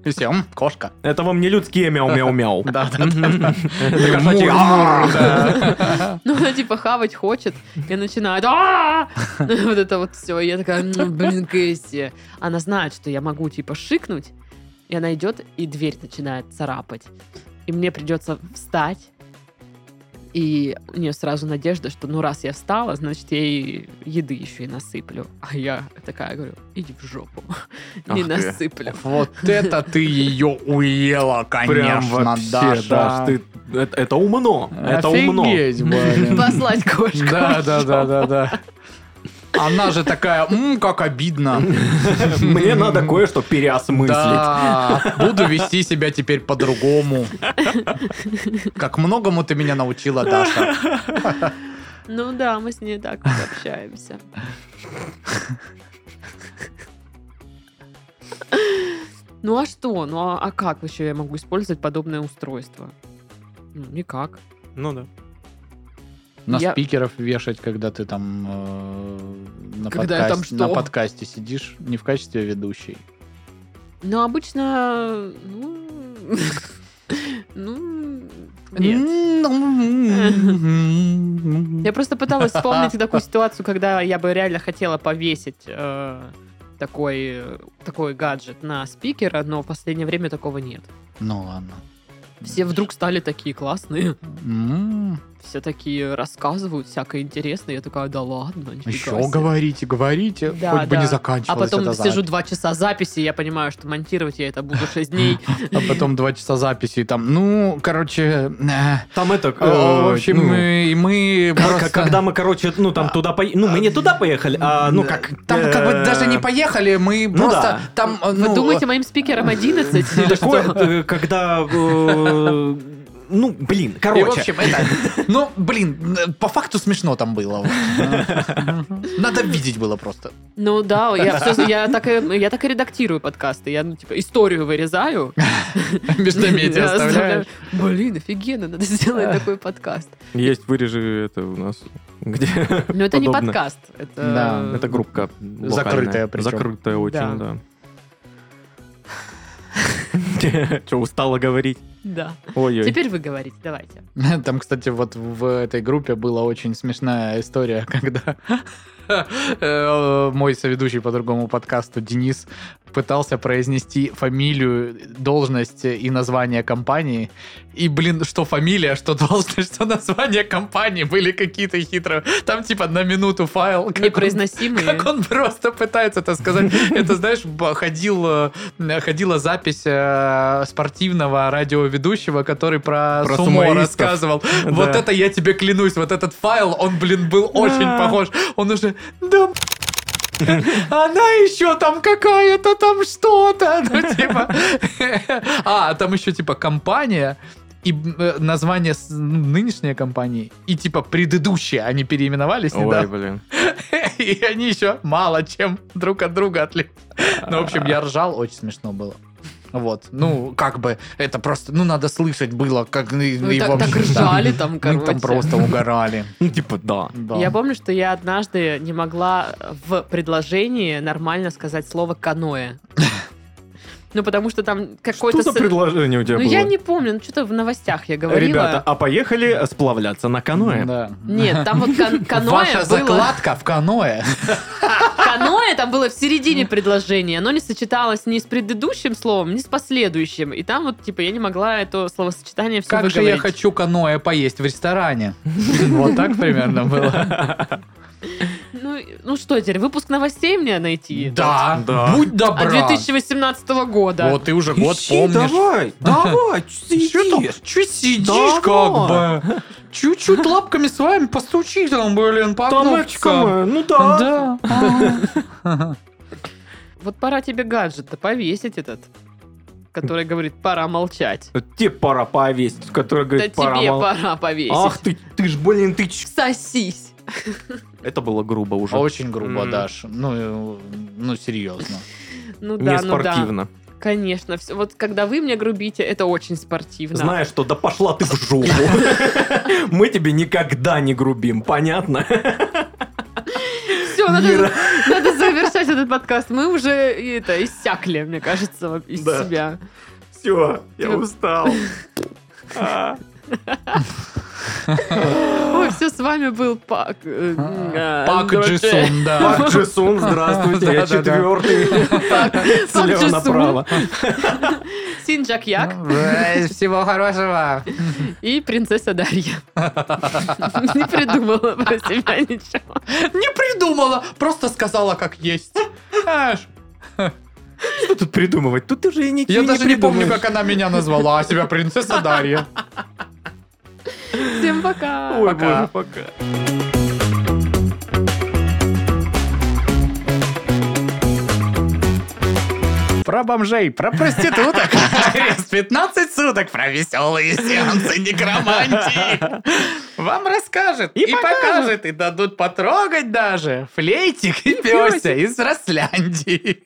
[SPEAKER 3] да. И все, «М, кошка.
[SPEAKER 2] прям. Это вам не людские мяу-мяу-мяу.
[SPEAKER 3] Да, да, да.
[SPEAKER 2] Это кошачьи «Ау».
[SPEAKER 1] Ну, она типа хавать хочет и начинает «А!» Вот это вот все. Я такая, «М, блин, Кэсси. Она знает, что я могу типа шикнуть, и она идет, и дверь начинает царапать. И мне придется встать. И у нее сразу надежда, что ну раз я встала, значит я ей еды еще и насыплю. А я такая говорю, иди в жопу, не
[SPEAKER 2] Ах ты.
[SPEAKER 1] насыплю.
[SPEAKER 3] Вот это ты ее уела,
[SPEAKER 2] Прям
[SPEAKER 3] конечно,
[SPEAKER 2] вообще, Даш,
[SPEAKER 3] Даша.
[SPEAKER 2] ты... Это это умно, это умно.
[SPEAKER 3] Офигеть, блин.
[SPEAKER 1] Послать кошку.
[SPEAKER 3] Да, да, да, да, да. Она же такая, «М, как обидно.
[SPEAKER 2] Мне надо кое-что переосмыслить.
[SPEAKER 3] Да, буду вести себя теперь по-другому. Как многому ты меня научила, Даша.
[SPEAKER 1] Ну да, мы с ней так вот общаемся. Ну а что? Ну а, а как еще я могу использовать подобное устройство? Ну, никак.
[SPEAKER 2] Ну да.
[SPEAKER 3] На
[SPEAKER 1] Я-
[SPEAKER 3] спикеров вешать, когда ты там э, на,
[SPEAKER 1] Когда я
[SPEAKER 3] подкаст-
[SPEAKER 1] там что?
[SPEAKER 3] на подкасте сидишь, не в качестве ведущей.
[SPEAKER 1] Но Ну, обычно, ну... Ну... Нет. Я просто пыталась вспомнить такую ситуацию, когда я бы реально хотела повесить э, такой, такой гаджет на спикера, но в последнее время такого нет.
[SPEAKER 3] Ну ладно.
[SPEAKER 1] Все вдруг стали такие классные.
[SPEAKER 3] М,
[SPEAKER 1] все такие рассказывают всякое интересное. Я такая, да ладно, нифига
[SPEAKER 3] Еще
[SPEAKER 1] себе».
[SPEAKER 3] говорите, говорите,
[SPEAKER 1] Да,
[SPEAKER 3] хоть бы
[SPEAKER 1] да.
[SPEAKER 3] не
[SPEAKER 1] А
[SPEAKER 3] заканчивалась
[SPEAKER 1] потом
[SPEAKER 3] эта
[SPEAKER 1] сижу
[SPEAKER 3] запись.
[SPEAKER 1] два часа записи, и я понимаю, что монтировать я это буду 6 дней.
[SPEAKER 3] А потом два часа записи и там. Ну, короче, э,
[SPEAKER 2] Там это...
[SPEAKER 3] э, в
[SPEAKER 2] э,
[SPEAKER 3] общем,
[SPEAKER 2] ну,
[SPEAKER 3] мы, мы
[SPEAKER 2] Как-
[SPEAKER 3] просто-
[SPEAKER 2] Когда мы, короче, ну там туда поехали. Ну, мы не туда поехали, а ну как.
[SPEAKER 3] Там как бы
[SPEAKER 2] э,
[SPEAKER 3] даже не поехали, мы
[SPEAKER 2] ну
[SPEAKER 3] просто
[SPEAKER 2] да.
[SPEAKER 3] там... э,
[SPEAKER 1] Вы
[SPEAKER 3] ну,
[SPEAKER 1] думаете, моим спикером 11? или
[SPEAKER 2] Такое,
[SPEAKER 1] что?
[SPEAKER 2] э, когда. э, Ну, блин,
[SPEAKER 3] И, в
[SPEAKER 2] короче.
[SPEAKER 3] общем, это... Ну, блин, э, по факту смешно там было. Надо видеть было просто.
[SPEAKER 1] Ну да, я, всё- я, так, и- я так и редактирую подкасты. Я, ну, типа, историю вырезаю.
[SPEAKER 3] Междометия
[SPEAKER 1] Я оставляю.
[SPEAKER 3] оставляешь.
[SPEAKER 1] Блин, офигенно, надо сделать такой подкаст.
[SPEAKER 2] Есть вырежи это у нас. Где?
[SPEAKER 1] Но это не
[SPEAKER 2] Подобно.
[SPEAKER 1] подкаст. Это
[SPEAKER 3] Да,
[SPEAKER 2] Это группка. локальная.
[SPEAKER 3] Закрытая причем.
[SPEAKER 2] Закрытая
[SPEAKER 1] Да.
[SPEAKER 2] очень, да. Че, устала говорить?
[SPEAKER 1] Да.
[SPEAKER 2] Ой-ой.
[SPEAKER 1] Теперь вы говорите, давайте.
[SPEAKER 3] Там, кстати, вот в этой группе была очень смешная история, когда э, мой соведущий по другому подкасту Денис пытался произнести фамилию, должность и название компании. И, блин, что фамилия, что должность, что название компании были какие-то хитро. Там, типа, на минуту файл. как он
[SPEAKER 1] Непроизносимые.
[SPEAKER 3] Как он просто пытается это сказать. Это, знаешь, б- ходил, э, ходила запись э, спортивного радиоведущего, который про,
[SPEAKER 2] Про
[SPEAKER 3] сумо
[SPEAKER 2] сумоистов.
[SPEAKER 3] рассказывал.
[SPEAKER 2] Да.
[SPEAKER 3] Вот это я тебе клянусь, вот этот файл, он, блин, был очень похож. Он уже, да она еще там какая-то там что-то. Ну, типа... А, там еще типа компания. и э, название с- нынешней компании, и типа предыдущие они переименовались
[SPEAKER 2] Ой,
[SPEAKER 3] недавно.
[SPEAKER 2] блин.
[SPEAKER 3] И они еще мало чем друг от друга отли. Ну, в общем, я ржал, очень смешно было. Вот, ну, как бы, это просто, ну, надо слышать было, как... ну, и-
[SPEAKER 1] Ну,
[SPEAKER 3] и
[SPEAKER 1] так,
[SPEAKER 3] вообще,
[SPEAKER 1] так
[SPEAKER 3] да.
[SPEAKER 1] ржали там, короче.
[SPEAKER 3] Мы Ну, там просто угорали.
[SPEAKER 2] Ну, типа, да.
[SPEAKER 3] Да.
[SPEAKER 1] Я помню, что я однажды не могла в предложении нормально сказать слово каноэ. Ну, потому что там какой-то...
[SPEAKER 2] Что за
[SPEAKER 1] с-
[SPEAKER 2] предложение у тебя
[SPEAKER 1] Ну,
[SPEAKER 2] было?
[SPEAKER 1] я не помню, ну, что-то в новостях я говорила.
[SPEAKER 2] Ребята, а поехали сплавляться на каноэ?
[SPEAKER 3] Да.
[SPEAKER 1] Нет, там вот кан- каноэ
[SPEAKER 3] Ваша
[SPEAKER 1] было...
[SPEAKER 3] закладка в каноэ.
[SPEAKER 1] Каноэ там было в середине предложения. Оно не сочеталось ни с предыдущим словом, ни с последующим. И там вот, типа, я не могла это словосочетание все
[SPEAKER 3] Как же я хочу каноэ поесть в ресторане. Вот так примерно было.
[SPEAKER 1] Ну, ну что теперь, выпуск новостей мне найти?
[SPEAKER 3] Да,
[SPEAKER 2] Да.
[SPEAKER 3] будь
[SPEAKER 1] А
[SPEAKER 3] добра.
[SPEAKER 1] 2018 года.
[SPEAKER 3] Вот ты уже год
[SPEAKER 2] Ищи,
[SPEAKER 3] помнишь.
[SPEAKER 2] давай, давай, сиди.
[SPEAKER 3] Чё там? Чё сидишь
[SPEAKER 2] Давай.
[SPEAKER 3] как бы? Чуть-чуть лапками с вами постучи там, блин, по
[SPEAKER 5] Там очко
[SPEAKER 3] кнопкам.
[SPEAKER 5] мое, ну да.
[SPEAKER 3] Да. ага.
[SPEAKER 1] Вот пора тебе гаджет-то повесить этот, который говорит, пора молчать.
[SPEAKER 2] Тебе пора повесить, который
[SPEAKER 1] Да
[SPEAKER 2] говорит, пора
[SPEAKER 1] тебе
[SPEAKER 2] мол-
[SPEAKER 1] пора повесить.
[SPEAKER 2] Ах ты, ты ж, блин, ты ч-
[SPEAKER 1] Сосись.
[SPEAKER 2] Это было грубо уже.
[SPEAKER 1] А
[SPEAKER 3] А Очень грубо,
[SPEAKER 2] М.
[SPEAKER 3] Даш. Ну, э, ну серьезно.
[SPEAKER 1] Ну
[SPEAKER 2] Не
[SPEAKER 1] да, ну
[SPEAKER 2] спортивно.
[SPEAKER 1] да. Конечно. всё- Вот когда вы мне грубите, это очень спортивно.
[SPEAKER 2] Знаешь что, да пошла ты в жопу. Мы тебе никогда не грубим, понятно?
[SPEAKER 1] Все, надо, надо завершать этот подкаст. Мы уже это иссякли, мне кажется, вот из
[SPEAKER 2] Да.
[SPEAKER 1] себя.
[SPEAKER 2] Все, я
[SPEAKER 1] Ты-
[SPEAKER 2] устал. А,
[SPEAKER 1] Ой, все, с вами был Пак. э, э,
[SPEAKER 3] А, Пак
[SPEAKER 1] Андре-
[SPEAKER 3] Джисун, да. Ну,
[SPEAKER 2] Парк Джисун, А, здравствуйте, я
[SPEAKER 3] Да-да-да.
[SPEAKER 2] четвертый.
[SPEAKER 1] Пак- Пак
[SPEAKER 2] Слева
[SPEAKER 1] Джисун,
[SPEAKER 2] направо.
[SPEAKER 1] Син Джак Як
[SPEAKER 3] Всего хорошего.
[SPEAKER 1] и принцесса Дарья. Не придумала про себя ничего.
[SPEAKER 3] Не придумала, просто сказала как есть. Знаешь,
[SPEAKER 2] Что тут придумывать? Тут уже и ничего
[SPEAKER 3] Я даже не помню,
[SPEAKER 2] придумаешь.
[SPEAKER 3] как она меня назвала, а себя принцесса Дарья.
[SPEAKER 1] Всем пока.
[SPEAKER 2] Ой,
[SPEAKER 3] Пока.
[SPEAKER 2] боже, пока.
[SPEAKER 3] Про бомжей, про проституток. Через 15 суток про веселые сеансы некромантии. Вам расскажет и, покажет, и дадут потрогать даже флейтик и пёся из Росляндии.